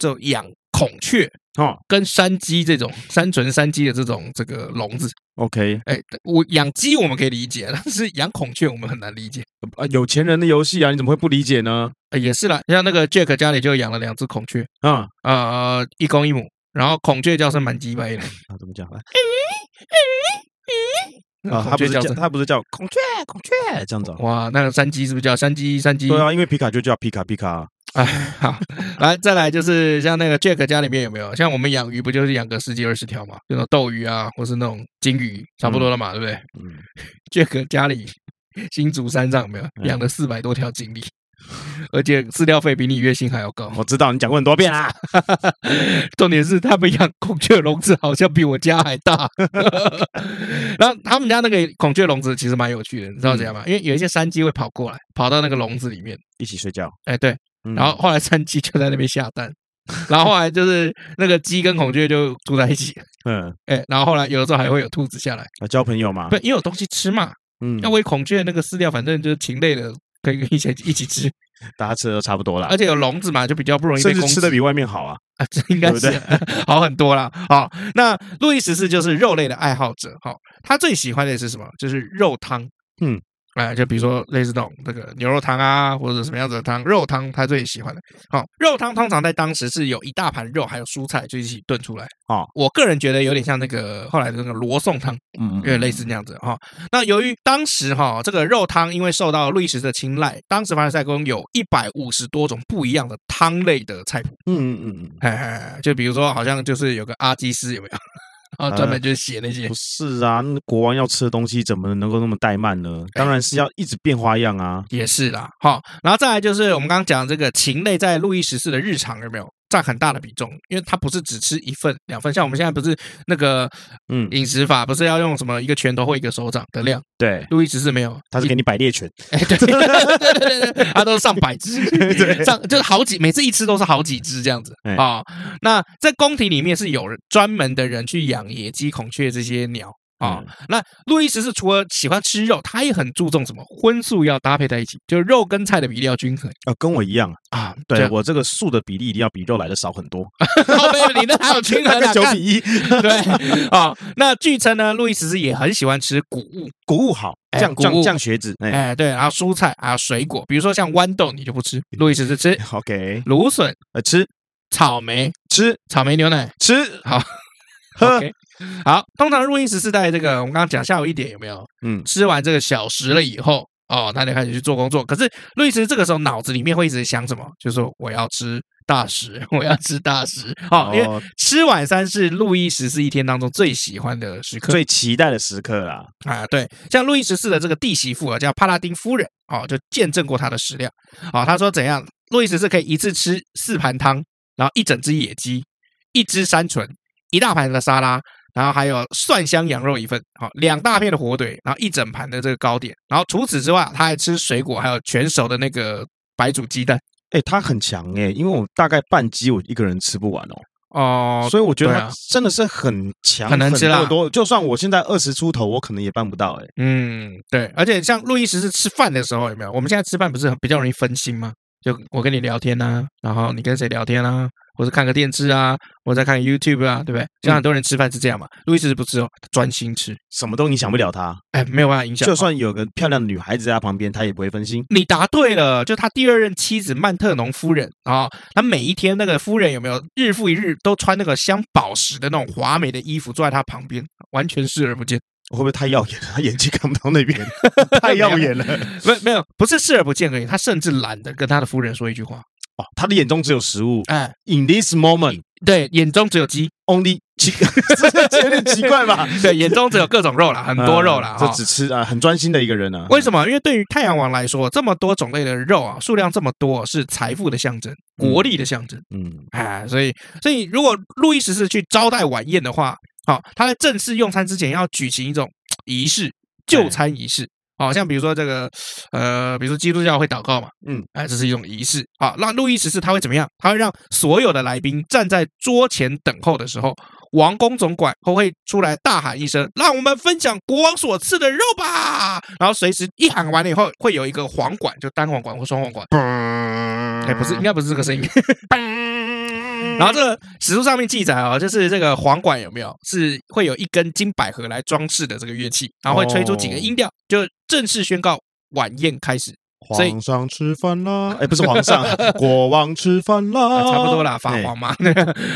S1: 就养孔雀
S2: 哦
S1: 跟山鸡这种山纯山鸡的这种这个笼子。
S2: ，OK，
S1: 哎，我养鸡我们可以理解，但是养孔雀我们很难理解。
S2: 啊，有钱人的游戏啊，你怎么会不理解呢？
S1: 呃也是啦，像那个 Jack 家里就养了两只孔雀，
S2: 啊，
S1: 呃，一公一母，然后孔雀叫声蛮鸡掰的。
S2: 啊，怎么讲？
S1: 那
S2: 啊，
S1: 孔
S2: 他不
S1: 雀
S2: 是
S1: 叫
S2: 叫
S1: 声，
S2: 他不是叫孔雀孔雀这样子哦、
S1: 哇，那个山鸡是不是叫山鸡？山鸡
S2: 对啊，因为皮卡就叫皮卡啊皮卡，
S1: 哎，好，来再来就是像那个 Jack 家里面有没有？像我们养鱼不就是养个十几二十条嘛，就那种斗鱼啊，或是那种金鱼，差不多了嘛，对不对
S2: 嗯，
S1: ？Jack 家里新竹山上有没有
S2: 嗯
S1: 养了四百多条锦鲤，而且饲料费比你月薪还要高。
S2: 我知道你讲过很多遍啦、
S1: 重点是他们养孔雀笼子好像比我家还大， 然后他们家那个孔雀笼子其实蛮有趣的，你知道怎
S2: 嗯
S1: 样吗？因为有一些山鸡会跑过来，跑到那个笼子里面，
S2: 一起睡觉。
S1: 哎，对，
S2: 嗯
S1: 然后后来山鸡就在那边下蛋，然后后来就是那个鸡跟孔雀就住在一起，
S2: 嗯，
S1: 哎，然后后来有的时候还会有兔子下来，
S2: 交朋友嘛
S1: 不，，因为有东西吃嘛，
S2: 嗯，
S1: 要喂孔雀那个饲料，反正就是禽类的。可以一起一起 吃，
S2: 大家吃的都差不多啦
S1: 而，且有笼子嘛，就比较不容易被
S2: 啊甚
S1: 攻
S2: 至
S1: 击
S2: 吃的比外面好啊。
S1: 啊，这应该是
S2: 对
S1: 好很多啦。好，那路易十四就是肉类的爱好者，好、他最喜欢的是什么？就是肉汤。
S2: 嗯，
S1: 哎、就比如说类似这种这个牛肉汤啊，或者什么样子的汤，肉汤他最喜欢的。好、肉汤通常在当时是有一大盘肉还有蔬菜就一起炖出来。
S2: 哦，
S1: 我个人觉得有点像那个后来的那个罗宋汤。
S2: 嗯
S1: 有点类似那样子哈、那由于当时哈、这个肉汤因为受到路易十四的青睐，当时凡尔赛宫有一百五十多种不一样的汤类的菜谱。
S2: 嗯嗯嗯
S1: 哎哎，哎就比如说，好像就是有个阿基斯有没有？然后专门就是写那些
S2: 嗯，不是啊，那国王要吃的东西怎么能够那么怠慢呢？当然
S1: 嗯
S2: 是要一直变花样啊。
S1: 也是啦，好，然后再来就是我们刚刚讲这个禽类在路易十四的日常有没有占很大的比重？因为它不是只吃一份两份，像我们现在不是那个
S2: 嗯，
S1: 饮食法不是要用什么一个拳头或一个手掌的量，
S2: 对，
S1: 路易十四没有，
S2: 他是给你摆猎犬，
S1: 哎对对对对对，它都是上百只，上就是好几每次一吃都是好几只这样子
S2: 哎
S1: 啊、那在宫廷里面是有人专门的人去养野鸡、孔雀这些鸟啊、
S2: 嗯
S1: 那路易十四除了喜欢吃肉，他也很注重什么荤素要搭配在一起，就是肉跟菜的比例要均衡
S2: 呃，跟我一样啊，
S1: 啊。
S2: 对我这个素的比例一定要比肉来的少很多，
S1: 后面你那还有均衡
S2: 大概
S1: 啊？
S2: 九
S1: 干
S2: 比一，
S1: 对啊、那据称呢，路易十四也很喜欢吃谷物，
S2: 谷物好，
S1: 哎
S2: 酱
S1: 谷
S2: 酱
S1: 物
S2: 酱血脂，哎
S1: 哎，对，然后蔬菜还有水果，比如说像豌豆，你就不吃，路易十四吃
S2: ，OK，
S1: 芦笋、
S2: 呃，吃
S1: 草莓、
S2: 吃
S1: 草莓牛奶。
S2: 吃，
S1: 好
S2: 喝
S1: OK，好，通常路易十四在这个我们刚刚讲下午一点有没有？
S2: 嗯
S1: 吃完这个小食了以后，哦，他就开始去做工作。可是路易斯这个时候脑子里面会一直想什么？就是说我要吃大食，我要吃大食。哦，因为
S2: 哦
S1: 吃晚餐是路易十四一天当中最喜欢的时刻
S2: 最期待的时刻啦。
S1: 啊。对，像路易十四的这个弟媳妇啊，叫帕拉丁夫人，哦，就见证过他的食量。哦，他说怎样？路易十四可以一次吃四盘汤，然后一整只野鸡，一只山豚，一大盘的沙拉，然后还有蒜香羊肉一份，好、两大片的火腿，然后一整盘的这个糕点，然后除此之外，他还吃水果，还有全熟的那个白煮鸡蛋。
S2: 哎，他很强哎，因为我大概半鸡我一个人吃不完哦，
S1: 哦，
S2: 所以我觉得
S1: 对
S2: 他
S1: 啊
S2: 真的是很强，
S1: 很难吃啦
S2: 很多。就算我现在二十出头，我可能也办不到哎。
S1: 嗯，对，而且像路易十四吃饭的时候啊有没有？我们现在吃饭不是很比较容易分心吗？就我跟你聊天呐、然后你跟谁聊天啦、啊或者看个电视啊，或者在看 YouTube 啊，对不对？
S2: 嗯
S1: 像很多人吃饭是这样嘛，路易斯不是哦，他专心吃，
S2: 什么都影响不了他。
S1: 哎，没有办法影响。
S2: 就算有个漂亮的女孩子在他旁边，他也不会分心。
S1: 你答对了，就他第二任妻子曼特农夫人啊、他每一天那个夫人有没有日复一日都穿那个镶宝石的那种华美的衣服坐在他旁边，完全视而不见。
S2: 会不会太耀眼了？他眼睛看不到 那边， 太耀眼了。
S1: 没没有，不是视而不见而已，他甚至懒得跟他的夫人说一句话。
S2: 哦，他的眼中只有食物。
S1: 哎，
S2: In this moment,
S1: 对，眼中只有 鸡，
S2: only chicken，这有点奇怪吧？
S1: 对，眼中只有各种肉 啦，很多肉啦。
S2: 嗯
S1: 哈
S2: 这只吃啊，很专心的一个人啊。
S1: 为什么？因为对于太阳王来说，这么多种类的肉啊，数量这么多，是财富的象征，国力的象征。
S2: 嗯，
S1: 哎，所以，所以如果路易十四去招待晚宴的话，好、他在正式用餐之前要举行一种仪式，就餐仪式。好、像比如说这个，呃，比如说基督教会祷告嘛，
S2: 嗯，
S1: 哎，这是一种仪式。好，那路易十四他会怎么样？他会让所有的来宾站在桌前等候的时候，王宫总管都会出来大喊一声：“让我们分享国王所赐的肉吧！”然后随时一喊完了以后，会有一个簧管，就单簧管或双簧管，哎，不是，应该不是这个声音，
S2: 嗯
S1: 然后这个史书上面记载啊、哦，就是这个簧管有没有是会有一根金百合来装饰的这个乐器，然后会吹出几个音调，就正式宣告晚宴开始。所以
S2: 皇上吃饭啦，哎，不是皇 上，国王吃饭
S1: 啊、
S2: 啦，
S1: 差不多啦，法
S2: 哎
S1: 皇嘛。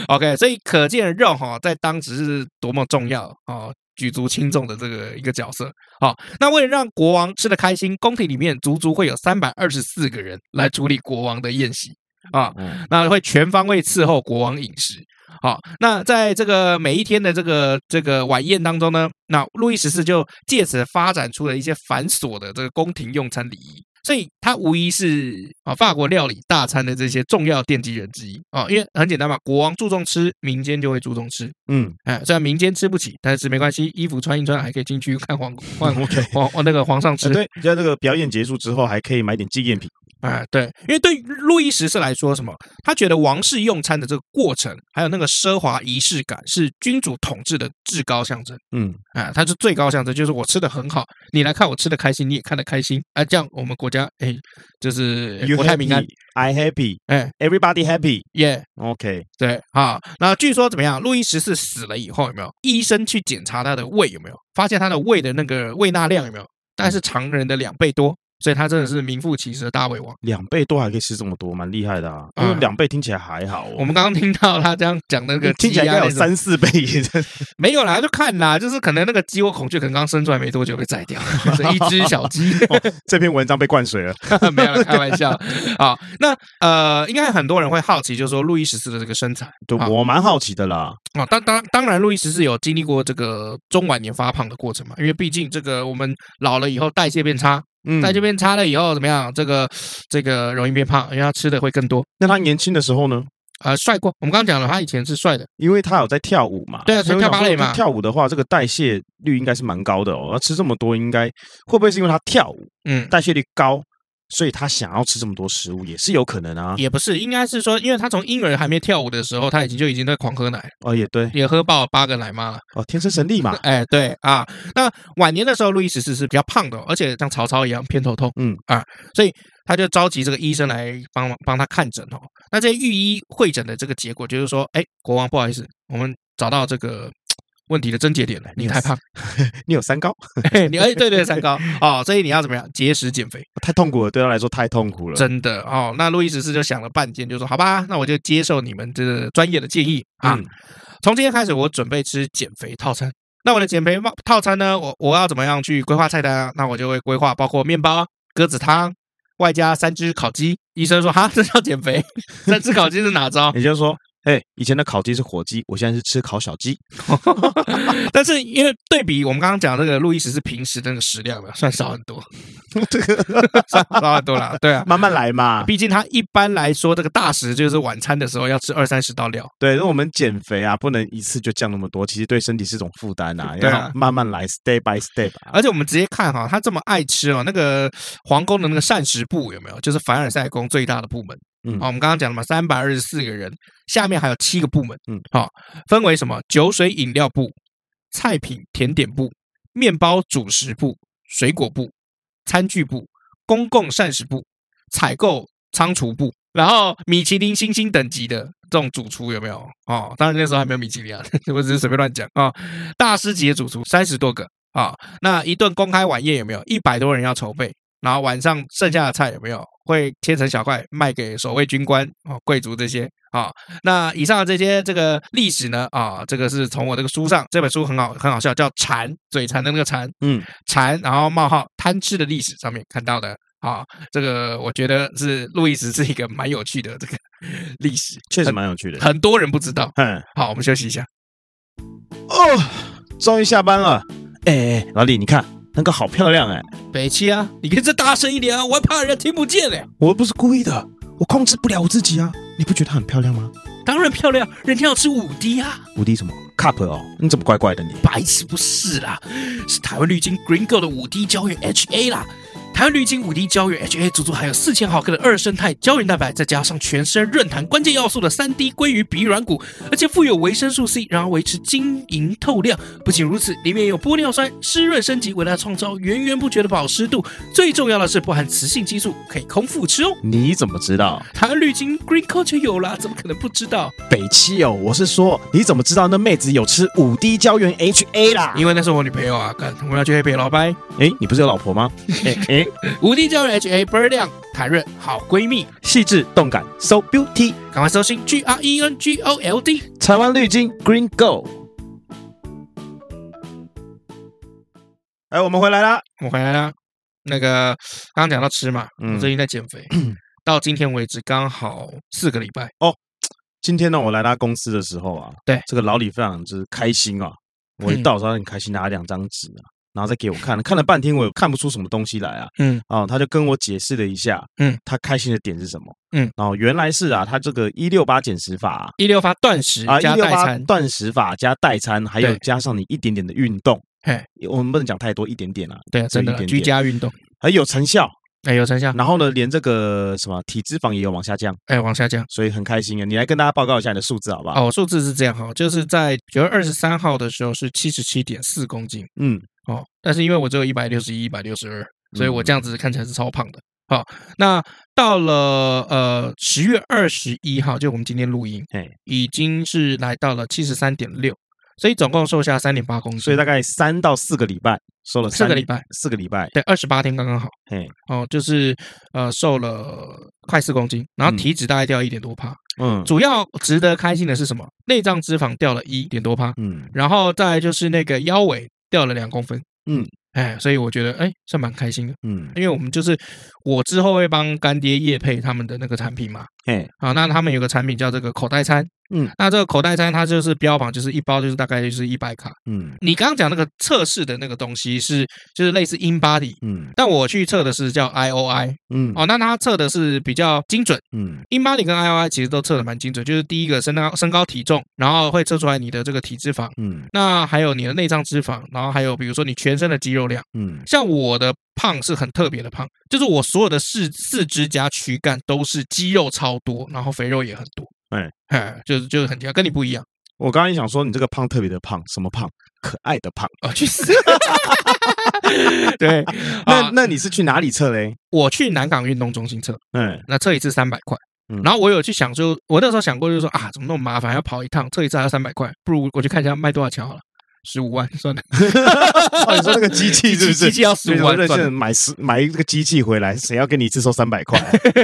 S1: OK，所以可见肉哈、在当时是多么重要哦，举足轻重的这个一个角色。好、那为了让国王吃得开心，宫廷里面足足会有三百二十四个人来处理国王的宴席啊、
S2: 嗯
S1: 那会全方位伺候国王饮食。好，那在这个每一天的这个这个晚宴当中呢，那路易十四就借此发展出了一些繁琐的这个宫廷用餐礼仪，所以他无疑是啊法国料理大餐的这些重要奠基人之一啊，因为很简单嘛，国王注重吃，民间就会注重吃，
S2: 嗯
S1: 哎，虽然民间吃不起，但是没关系，衣服穿一穿还可以进去看皇皇
S2: ，OK。
S1: 皇皇那个皇上
S2: 哎
S1: 吃，
S2: 对，在这个表演结束之后，还可以买点纪念品。
S1: 哎，对，因为对于路易十四来说，什么他觉得王室用餐的这个过程，还有那个奢华仪式感，是君主统治的至高象征。
S2: 嗯，
S1: 啊，它是最高象征，就是我吃的很好，你来看我吃的开心，你也看得开心啊，这样我们国家哎，就是哎
S2: You
S1: 国泰民安
S2: happy,，I happy,
S1: 哎
S2: everybody happy.
S1: 耶、
S2: OK，
S1: 对啊，那据说怎么样？路易十四死了以后有没有医生去检查他的胃有没有？发现他的胃的那个胃纳量有没有？大概是常人的两倍多，所以他真的是名副其实的大胃王。
S2: 两倍多还可以吃这么多，蛮厉害的啊。因为
S1: 嗯
S2: 两倍听起来还好哦，
S1: 我们刚刚听到他这样讲那个
S2: 嗯听起来应
S1: 鸡鸭
S2: 该有
S1: 那种
S2: 三四倍以 上。
S1: 没有啦，就看啦，就是可能那个鸡窝孔雀可能刚生出来没多久被宰掉，是一只小 鸡，
S2: 这篇文章被灌水了。
S1: 没有啦开玩笑 啊。那呃，应该很多人会好奇，就是说路易十四的这个身材
S2: 对，
S1: 好
S2: 我蛮好奇的啦。
S1: 啊，当当当然，路易十四有经历过这个中晚年发胖的过程嘛，因为毕竟这个我们老了以后代谢变差，
S2: 嗯，
S1: 代谢变差了以后怎么样？这个这个容易变胖，因为他吃的会更多。
S2: 那他年轻的时候呢？
S1: 啊，帅过，我们刚刚讲了，他以前是帅的，
S2: 因为他有在跳舞嘛，
S1: 对啊
S2: 所以我
S1: 跳
S2: 想
S1: 芭
S2: 说
S1: 蕾嘛
S2: 他跳舞的话，这个代谢率应该是蛮高的哦。他吃这么多，应该会不会是因为他跳舞
S1: 嗯，
S2: 代谢率高，所以他想要吃这么多食物也是有可能啊？
S1: 也不是，应该是说，因为他从婴儿还没跳舞的时候，他已经就已经在狂喝奶了，
S2: 哦，也对，
S1: 也喝爆八个奶妈了。。
S2: 哦，天生神力嘛
S1: 哎，对啊，那晚年的时候，路易十四是比较胖的哦，而且像曹操一样偏头痛，
S2: 嗯
S1: 啊，所以他就召集这个医生来帮忙帮他看诊哦。那这些御医会诊的这个结果就是说，哎，国王不好意思，我们找到这个。问题的症结点了，你太胖，
S2: 你有三高，哦
S1: 你 哎对对三高哦，所以你要怎么样节食减肥？
S2: 太痛苦了，对他来说太痛苦了。
S1: 真的哦，那路易十四就想了半天，就说好吧，那我就接受你们这个专业的建议啊。
S2: 嗯
S1: 从今天开始，我准备吃减肥套餐。那我的减肥套套餐呢？我我要怎么样去规划菜单啊？那我就会规划包括面包、鸽子汤，外加三只烤鸡。医生说哈，这叫减肥？ 三只烤鸡是哪招？
S2: 也就是说，哎，以前的烤鸡是火鸡，我现在是吃烤小鸡。
S1: 但是因为对比我们刚刚讲这个路易十四平时的那个食量呢，算少很多，
S2: 这个
S1: 算少很多啦。对啊，
S2: 慢慢来嘛。
S1: 毕竟他一般来说这个大食就是晚餐的时候要吃二三十道料。
S2: 对，那我们减肥啊，不能一次就降那么多，其实对身体是一种负担啊，
S1: 对啊
S2: 要慢慢来，step by step 啊。
S1: 而且我们直接看哈，他这么爱吃哦，那个皇宫的那个膳食部有没有？就是凡尔赛宫最大的部门。
S2: 嗯
S1: 好、我们刚刚讲了嘛，三百二十四个人，下面还有七个部门。
S2: 嗯，
S1: 好、分为什么？酒水饮料部、菜品甜点部、面包主食部、水果部、餐具部、公共膳食部、采购仓储部。然后米其林星星等级的这种主厨有没有？哦，当然那时候还没有米其林啊， 我只是随便乱讲啊、哦。大师级的主厨三十多个啊、哦，那一顿公开晚宴有没有一百多人要筹备？然后晚上剩下的菜有没有会切成小块卖给守卫军官哦、贵族这些啊、那以上的这些这个历史呢啊、这个是从我这个书上这本书很好很好笑，叫《馋嘴馋的那个馋》，
S2: 嗯，
S1: 馋，然后冒号贪吃的历史上面看到的啊，这个我觉得是路易斯是一个蛮有趣的这个历史，
S2: 确实
S1: 很
S2: 蛮有趣的。
S1: 很多人不知道。
S2: 嗯，
S1: 好，我们休息一下。
S2: 哦，终于下班了。哎、哎老李，你看那个好漂亮哎、
S1: 北七啊，你可以再大声一点啊，我还怕人家听不见嘞。
S2: 我又不是故意的，我控制不了我自己啊。你不觉得她很漂亮吗？
S1: 当然漂亮，人家要吃五滴啊。
S2: 五 D 什么 cup 哦？你怎么怪怪的你？
S1: 白痴不是啦，是台湾绿金 Green Gold 的五 D 胶原 HA 啦。台湾绿金五 D 胶原 HA 足足含有四千毫克的二生态胶原蛋白，再加上全身润弹关键要素的三 D 鲑鱼鼻软骨，而且富有维生素 C，然后维持晶莹透亮。不仅如此，里面有玻尿酸湿润升级，为它创造源源不绝的保湿度。最重要的是，不含雌性激素，可以空腹吃哦。
S2: 你怎么知道？
S1: 台湾绿金 Green Gold 就有啦，怎么可能不知道？
S2: 北七哦，我是说，你怎么知道那妹子有吃五 D 胶原 HA 啦？
S1: 因为那是我女朋友啊，干，我要去黑北老白。
S2: 哎，你不是有老婆 吗？哎哎，
S1: 无敌胶原 HA 倍儿亮，弹润好闺蜜，
S2: 细致动感，so beauty，
S1: 赶快搜寻 G R E N G O L D。
S2: 台湾绿金 Green Go。哎，我们回来啦。
S1: 我回来啦，那个刚刚讲到吃嘛，
S2: 嗯
S1: 我最近在减 肥，到今天为止刚好四个礼拜。
S2: 今天呢，我来他公司的时候啊，
S1: 对
S2: 这个老李非常之开心啊。我一
S1: 嗯
S2: 到的时候，他很开心拿了两张纸啊，然后再给我看，看了半天我也看不出什么东西来啊。
S1: 嗯，
S2: 啊，他就跟我解释了一下，
S1: 嗯，
S2: 他开心的点是什么？
S1: 嗯，
S2: 然后原来是啊，他这个一六八减食法啊，
S1: 一六八断食
S2: 啊，一
S1: 加
S2: 六
S1: 代
S2: 八
S1: 餐，
S2: 断食法加代餐，还有
S1: 对
S2: 加上你一点点的运动
S1: 嘿。
S2: 我们不能讲太多，一点点啊，
S1: 对啊，真的
S2: 这一
S1: 啦
S2: 点点
S1: 居家运动，
S2: 很有成效。
S1: 哎，有成效，
S2: 然后呢，连这个什么体脂肪也有往下降，
S1: 哎，往下降。
S2: 所以很开心啊！你来跟大家报告一下你的数字好不好？
S1: 哦，数字是这样哈，就是在九月二十三号的时候是七十七点四公斤
S2: 嗯，
S1: 哦，但是因为我只有一百六十一、一百六十二，所以我
S2: 嗯
S1: 这样子看起来是超胖的。好，那到了呃十月二十一号，就我们今天录音
S2: 嘿，
S1: 已经是来到了七十三点六，所以总共瘦下三点八公斤，
S2: 所以大概三到四个礼拜，瘦了
S1: 嗯四个
S2: 三
S1: 礼拜，
S2: 四个礼拜，
S1: 对二十八天刚刚好
S2: 嘿，
S1: 哦，就是呃瘦了快四公斤，然后体脂大概掉一点多趴。
S2: 嗯
S1: 主要值得开心的是什么？内脏脂肪掉了一点多趴，
S2: 嗯，
S1: 然后再来就是那个腰围掉了两公分，
S2: 嗯，
S1: 哎，所以我觉得哎算蛮开心的。
S2: 嗯，
S1: 因为我们就是我之后会帮干爹业配他们的那个产品嘛，
S2: 嘿，
S1: 啊，那他们有个产品叫这个口袋餐，
S2: 嗯，
S1: 那这个口袋餐它就是标榜就是一包就是大概就是一百卡。
S2: 嗯
S1: 你刚刚讲那个测试的那个东西是就是类似 In Body，
S2: 嗯
S1: 但我去测的是叫 IOI
S2: 嗯
S1: 哦，那它测的是比较精准
S2: 嗯
S1: ，In Body 跟 IOI 其实都测的蛮精准，就是第一个身高身高体重，然后会测出来你的这个体脂肪。
S2: 嗯
S1: 那还有你的内脏脂肪，然后还有比如说你全身的肌肉量。
S2: 嗯
S1: 像我的胖是很特别的胖，就是我所有的四四肢加躯干都是肌肉超多，然后肥肉也很多，
S2: 哎
S1: 哎，就是就是很跟你不一样
S2: 我刚刚也想说你这个胖特别的胖，什么胖？可爱的胖。
S1: 啊，去 死！对，
S2: 那
S1: 啊
S2: 那你是去哪里测嘞？
S1: 我去南港运动中心测，
S2: 嗯
S1: 那测一次三百块
S2: 嗯。
S1: 然后我有去想说，我那时候想过，就是说啊，怎么那么麻烦，要跑一趟，测一次还要三百块，不如我去看一下卖多少钱好了，十五万算了。
S2: 哦，你说那个机器是不
S1: 机
S2: 是？
S1: 器要15万
S2: 对，
S1: 算了
S2: 现在买十买一个机器回来，谁要跟你一次收三百块？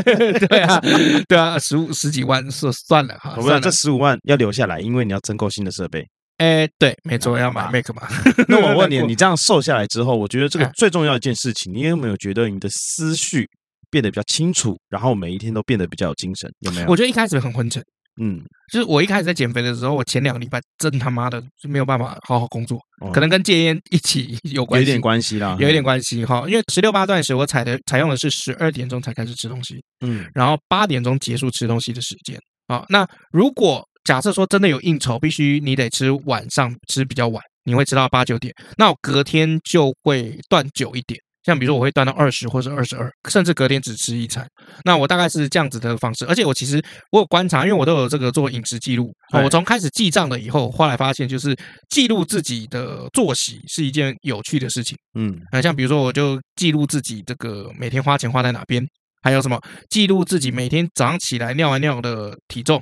S1: 对啊，对啊，十五十几万算算了哈，
S2: 我
S1: 算
S2: 们
S1: 了
S2: 这。十五万要留下来，因为你要增购新的设 备。
S1: 哎，对，没错，
S2: 啊
S1: 要买
S2: 啊
S1: Mac 嘛。
S2: 那我问你，你这样瘦下来之后，我觉得这个
S1: 哎
S2: 最重要的一件事情，你有没有觉得你的思绪变得比较清楚，然后每一天都变得比较有精神？有没有？
S1: 我觉得一开始很昏沉。
S2: 嗯，
S1: 就是我一开始在减肥的时候，我前两个礼拜真他妈的就没有办法好好工作，
S2: 哦
S1: 可能跟戒烟一起有
S2: 有
S1: 关
S2: 一
S1: 系，
S2: 点关系啦，嗯
S1: 有一点关系哈。因为十六八断食，我采的采用的是十二点钟才开始吃东西，
S2: 嗯
S1: 然后八点钟结束吃东西的时间啊。好那如果假设说真的有应酬，必须你得吃晚上吃比较晚，你会吃到八九点，那我隔天就会断久一点。像比如说我会断到二十或者二十二，甚至隔天只吃一餐。那我大概是这样子的方式，而且我其实我有观察，因为我都有这个做饮食记录。哦
S2: 对
S1: 我从开始记账了以后，后来发现就是记录自己的作息是一件有趣的事情。
S2: 嗯
S1: 啊，像比如说，我就记录自己这个每天花钱花在哪边还有什么记录自己每天早上起来尿完尿的体重，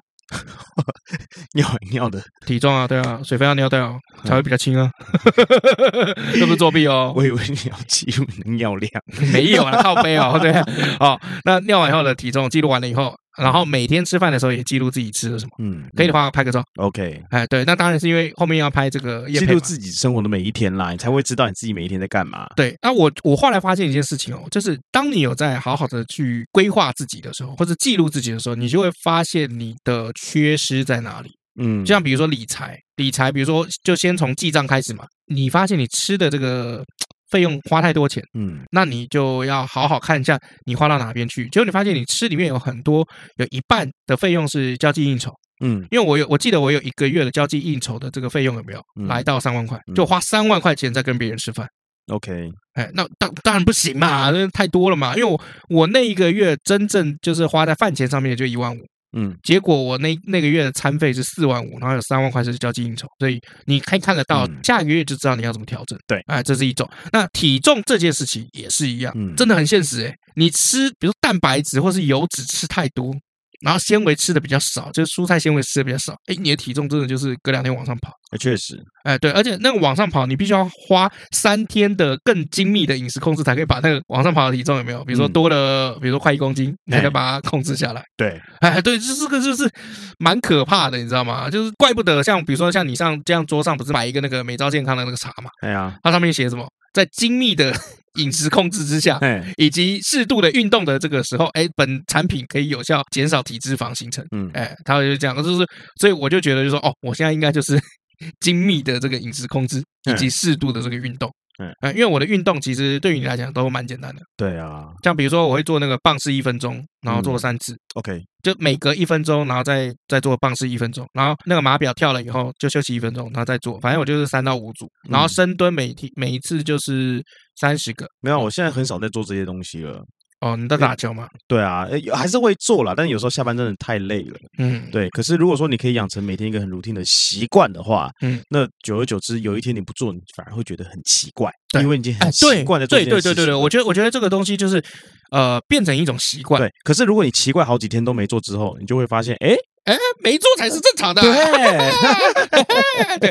S2: 尿 一尿的
S1: 体重啊，对啊，水分要尿掉才会比较轻啊， 这不是作弊哦，
S2: 嗯我以为你要记录你的尿量，
S1: 没有啊，靠背哦，对啊，哦，那尿完以后的体重记录完了以后，然后每天吃饭的时候也记录自己吃了什么，
S2: 嗯，
S1: 可以的话拍个照，
S2: ，OK，
S1: 哎，对，那当然是因为后面要拍这个夜
S2: 记
S1: 配
S2: 录
S1: 嘛。
S2: 自己生活的每一天啦，你才会知道你自己每一天在干嘛。
S1: 对，那我我后来发现一件事情哦，就是当你有在好好的去规划自己的时候，或者记录自己的时候，你就会发现你的缺失在哪里。
S2: 嗯，
S1: 就像比如说理财，理财，比如说就先从记账开始嘛。你发现你吃的这个费用花太多钱，
S2: 嗯，
S1: 那你就要好好看一下你花到哪边去。结果你发现你吃里面有很多，有一半的费用是交际应酬。
S2: 嗯
S1: 因为我有我记得我有一个月的交际应酬的这个费用有没有
S2: 嗯
S1: 来到三万块
S2: 嗯，
S1: 就花三万块钱在跟别人吃饭。
S2: ，OK，
S1: 哎，那当当然不行嘛，啊那太多了嘛。因为我我那一个月真正就是花在饭钱上面也就一万五，
S2: 嗯
S1: 结果我那那个月的餐费是四万五，然后有三万块是交际应酬，所以你可以看得到
S2: 嗯，
S1: 下个月就知道你要怎么调整。
S2: 对
S1: 哎，这是一种。那体重这件事情也是一样，
S2: 嗯
S1: 真的很现实哎、你吃，比如说蛋白质或是油脂吃太多，然后纤维吃的比较少，就是蔬菜纤维吃的比较少，哎，你的体重真的就是隔两天往上跑。
S2: 呃确实，
S1: 哎，对，而且那个往上跑，你必须要花三天的更精密的饮食控制，才可以把那个往上跑的体重有没有？比如说
S2: 嗯
S1: 多了，比如说快一公斤，你才可
S2: 哎
S1: 以把它控制下来。
S2: 对，
S1: 哎，对，这这个就是蛮可怕的，你知道吗？就是怪不得像比如说像你上这样桌上不是摆一个那个美招健康的那个茶嘛，
S2: 哎呀，
S1: 它上面写什么？在精密的 饮食控制之下，
S2: 哎，
S1: 以及适度的运动的这个时候，哎，本产品可以有效减少体脂肪形成。
S2: 嗯，
S1: 哎，他就这样，就是所以我就觉得，就是说哦，我现在应该就是 精密的这个饮食控制以及适度的这个运动。
S2: 嗯
S1: 呃，因为我的运动其实对于你来讲都蛮简单的，
S2: 对啊
S1: 像比如说我会做那个棒式一分钟，然后做
S2: 嗯
S1: 三次，
S2: ，OK，
S1: 就每隔一分钟，然后再再做棒式一分钟，然后那个码表跳了以后就休息一分钟，然后再做，反正我就是三到五组，然后
S2: 嗯
S1: 深蹲每天每一次就是三十个。
S2: 没有，我现在很少在做这些东西了。
S1: 哦，你在打球吗？
S2: 对啊，呃有还是会做啦，但有时候下班真的太累了。
S1: 嗯，
S2: 对，可是如果说你可以养成每天一个很 routine 的习惯的话，
S1: 嗯，
S2: 那久而久之，有一天你不做，你反而会觉得很奇怪，
S1: 对
S2: 因为你已经
S1: 哎
S2: 很，习
S1: 对，
S2: 惯的做
S1: 对
S2: 这件
S1: 对
S2: 事情
S1: 对对对，我觉得我觉得这个东西就是，呃，变成一种习惯。
S2: 对，可是如果你奇怪好几天都没做之后，你就会发现，哎，
S1: 哎，没做才是正常的啊、
S2: 对，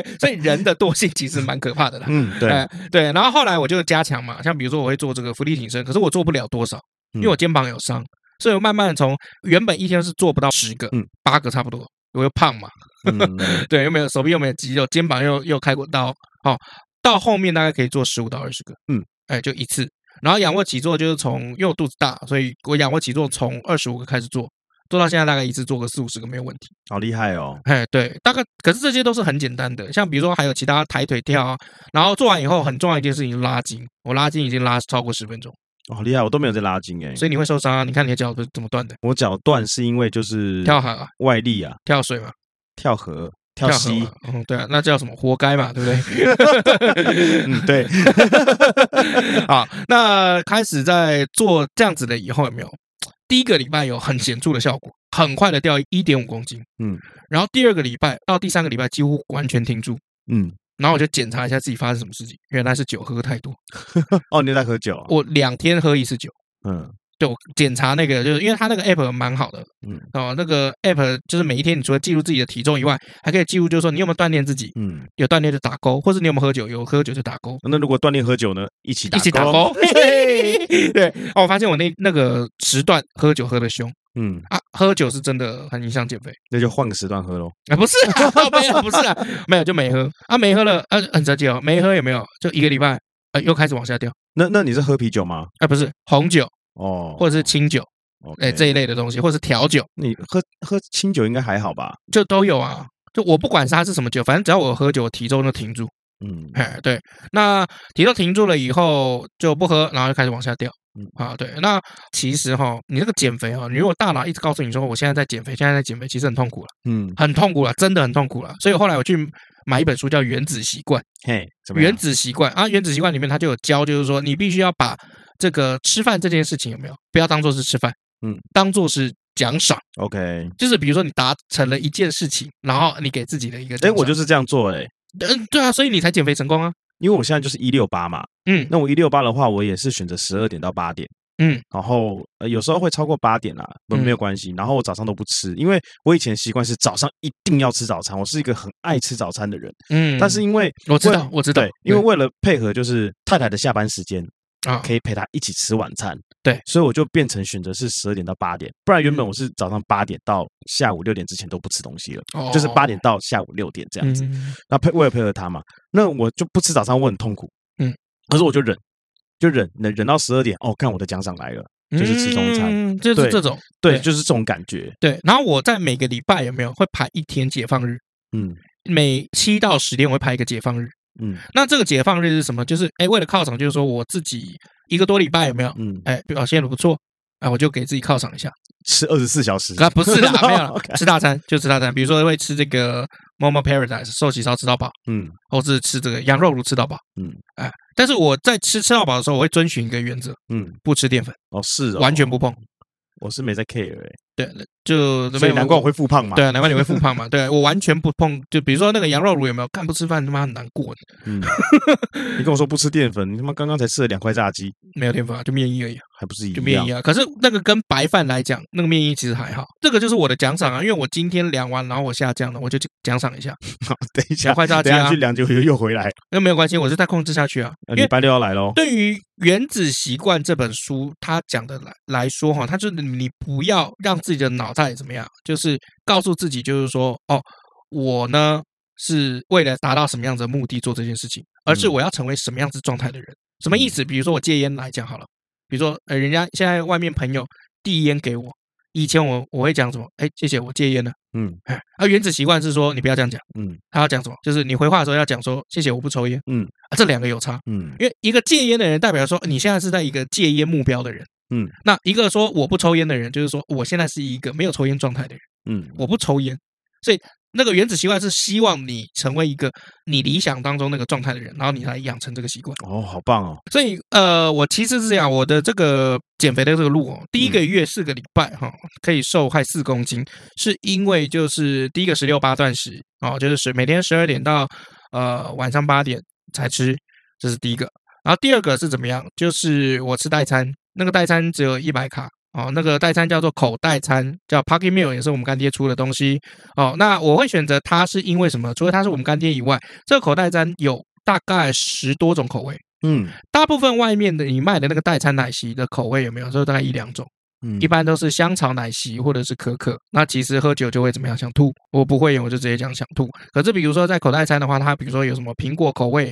S1: 对，所以人的惰性其实蛮可怕的啦。
S2: 嗯， 对
S1: 哎，对，然后后来我就加强嘛，像比如说我会做这个伏地挺身，可是我做不了多少，
S2: 嗯
S1: 因为我肩膀有伤，所以我慢慢地从原本一天是做不到十个
S2: 嗯，
S1: 八个差不多，我又胖嘛，
S2: 嗯，
S1: 对，又没有手臂又没有肌肉，肩膀又又开过刀，好、到后面大概可以做十五到二十个，
S2: 嗯，
S1: 哎，就一次。然后仰卧起坐就是从，因为我肚子大，所以我仰卧起坐从二十五个开始做，做到现在大概一次做个四五十个没有问题。
S2: 好厉害哦，
S1: 哎，对，大概可是这些都是很简单的，像比如说还有其他抬腿跳啊，然后做完以后很重要一件事情就是拉筋，我拉筋已经拉超过十分钟，
S2: 哦好厉害，我都没有在拉筋哎，
S1: 所以你会受伤啊！你看你的脚都怎么断的？
S2: 我脚断是因为就是
S1: 跳海啊，
S2: 外力啊，
S1: 跳水嘛，
S2: 跳河、跳
S1: 跳河
S2: 溪
S1: 嘛，，嗯，对啊，那叫什么？活该嘛，对不对？
S2: 嗯，对，
S1: 啊，那开始在做这样子的以后有没有？第一个礼拜有很显著的效果，很快的掉一点五公斤，
S2: 嗯，
S1: 然后第二个礼拜到第三个礼拜几乎完全停住，
S2: 嗯，
S1: 然后我就检查一下自己发生什么事情，原来是酒喝太多，
S2: 哦，你有在喝酒啊，
S1: 我两天喝一次酒。
S2: 嗯
S1: 对，我检查那个，就是因为它那个 app 蛮好的，
S2: 嗯
S1: 哦，那个 app 就是每一天你除了记录自己的体重以外，还可以记录，就是说你有没有锻炼自己，
S2: 嗯，
S1: 有锻炼就打勾，或者你有没有喝酒，有喝酒就打勾，
S2: 那如果锻炼喝酒呢，一起打
S1: 一起打
S2: 勾，
S1: 勾。对，哦，我发现我那那个时段喝酒喝的凶
S2: 嗯，
S1: 啊，喝酒是真的很影响减肥。
S2: 那就换个时段喝喽，
S1: 啊，不是啊， 没有，不是啊，没有就没喝啊，没喝了，啊，很着急哦，没喝有没有？就一个礼拜，呃，又开始往下掉，
S2: 那那你是喝啤酒吗？
S1: 啊，不是红酒
S2: 哦，
S1: 或者是清酒，
S2: OK
S1: 哎，这一类的东西，或者是调酒，
S2: 你喝喝清酒应该还好吧？
S1: 就都有啊。就我不管是它是什么酒，反正只要我喝酒，体重就停住。
S2: 嗯
S1: 哎，对，那体重停住了以后就不喝，然后就开始往下掉
S2: 嗯。
S1: 啊，对，那其实哈，你这个减肥哦哈，你如果大脑一直告诉你说我现在在减肥，现在在减肥，其实很痛苦了，
S2: 嗯，
S1: 很痛苦了，真的很痛苦了。所以后来我去买一本书叫《原子习惯》，
S2: 嘿，怎
S1: 《
S2: 么样
S1: 原子习惯》啊，《原子习惯》里面它就有教，就是说你必须要把这个吃饭这件事情有没有，不要当做是吃饭，
S2: 嗯，
S1: 当做是奖赏，
S2: ？OK，
S1: 就是比如说你达成了一件事情，然后你给自己的一个奖
S2: 哎，
S1: 赏，
S2: 我就是这样做哎，
S1: 嗯，对啊，所以你才减肥成功啊，
S2: 因为我现在就是一六八嘛，
S1: 嗯
S2: 那我一六八的话，我也是选择十二点到八点，
S1: 嗯，
S2: 然后、呃、有时候会超过八点啦，不
S1: 嗯
S2: 没有关系。然后我早上都不吃，因为我以前习惯是早上一定要吃早餐，我是一个很爱吃早餐的人。
S1: 嗯，
S2: 但是因为
S1: 我知
S2: 为
S1: 道，我知道
S2: 对，，因为为了配合就是太太的下班时间，
S1: 啊，
S2: 可以陪她一起吃晚餐。
S1: 对
S2: 所以我就变成选择是十二点到八点，不然原本
S1: 嗯
S2: 我是早上八点到下午六点之前都不吃东西了，
S1: 哦
S2: 就是八点到下午六点这样子。
S1: 嗯
S2: 那配为了配合他嘛，那我就不吃早餐，我很痛苦。
S1: 嗯，
S2: 可是我就忍，就忍，忍忍到十二点。哦，看我的奖赏来了，就是吃中餐
S1: 嗯就是
S2: 对
S1: 这种
S2: 对，
S1: 对
S2: 就是这种感觉。
S1: 对。然后我在每个礼拜有没有会排一天解放日？
S2: 嗯
S1: 每七到十天我会排一个解放日。
S2: 嗯
S1: 那这个解放日是什么？就是哎，为了犒赏，就是说我自己一个多礼拜有没有？
S2: 嗯，
S1: 哎，表现的不错，哎，我就给自己犒赏一下。
S2: 吃二十四小时
S1: 啊，不是 啦，没有啦
S2: OK
S1: 吃大餐就吃大餐，比如说会吃这个 Momo Paradise 寿喜烧吃到饱，
S2: 嗯
S1: 或是吃这个羊肉炉吃到饱。
S2: 嗯，
S1: 哎，但是我在吃吃到饱的时候，我会遵循一个原则，
S2: 嗯，
S1: 不吃淀粉，
S2: 哦是哦，
S1: 完全不碰。
S2: 我是没在 care 哎，
S1: 对，就
S2: 所以难怪我会复胖嘛。
S1: 对，啊，难怪你会复胖嘛。对我完全不碰，就比如说那个羊肉炉有没有？干不吃饭他妈很难过，
S2: 嗯，你跟我说不吃淀粉，你他妈刚刚才吃了两块炸鸡，
S1: 没有淀粉啊，就面衣而已啊，
S2: 还不是一
S1: 就面
S2: 样
S1: 衣？啊。可是那个跟白饭来讲，那个面衣其实还好。这个就是我的奖赏啊，因为我今天量完，然后我下降了，我就奖赏一下，
S2: 等一下
S1: 两，块炸鸡
S2: 等一下
S1: 啊
S2: 去，量就又又回来。
S1: 那没有关系，我是在控制下去啊，
S2: 呃
S1: 因为
S2: 礼拜六要来喽。
S1: 对于《原子习惯》这本书，它讲的来来说哈，它就是你不要让自己的脑袋怎么样，就是告诉自己，就是说，哦，我呢是为了达到什么样子的目的做这件事情，而是
S2: 嗯
S1: 我要成为什么样子状态的人。什么意思？比如说我戒烟来讲好了，比如说呃，人家现在外面朋友递烟给我，以前我我会讲什么？哎，谢谢，我戒烟了。
S2: 嗯
S1: 哎，而《原子习惯》是说你不要这样讲，
S2: 嗯
S1: 他要讲什么？就是你回话的时候要讲说谢谢，我不抽烟。
S2: 嗯
S1: 啊，这两个有差。
S2: 嗯
S1: 因为一个戒烟的人代表说你现在是在一个戒烟目标的人，
S2: 嗯，
S1: 那一个说我不抽烟的人，就是说我现在是一个没有抽烟状态的人，
S2: 嗯
S1: 我不抽烟，所以那个原子习惯是希望你成为一个你理想当中那个状态的人，然后你来养成这个习惯。
S2: 哦，好棒哦。
S1: 所以呃，我其实是这样，我的这个减肥的这个路哦，第一个月四个礼拜哈、可以瘦快四公斤，是因为就是第一个十六八断食哦，就是十每天十二点到呃晚上八点才吃，这是第一个。然后第二个是怎么样？就是我吃代餐，那个代餐只有一百卡。哦，那个代餐叫做口袋餐，叫 Pocket Meal，也是我们干爹出的东西。哦，那我会选择它是因为什么？除了它是我们干爹以外，这个口袋餐有大概十多种口味。
S2: 嗯
S1: 大部分外面的你卖的那个代餐奶昔的口味有没有？就大概一两种，
S2: 嗯
S1: 一般都是香草奶昔或者是可可。那其实喝酒就会怎么样？想吐。我不会演，我就直接讲想吐。可是比如说在口袋餐的话，它比如说有什么苹果口味，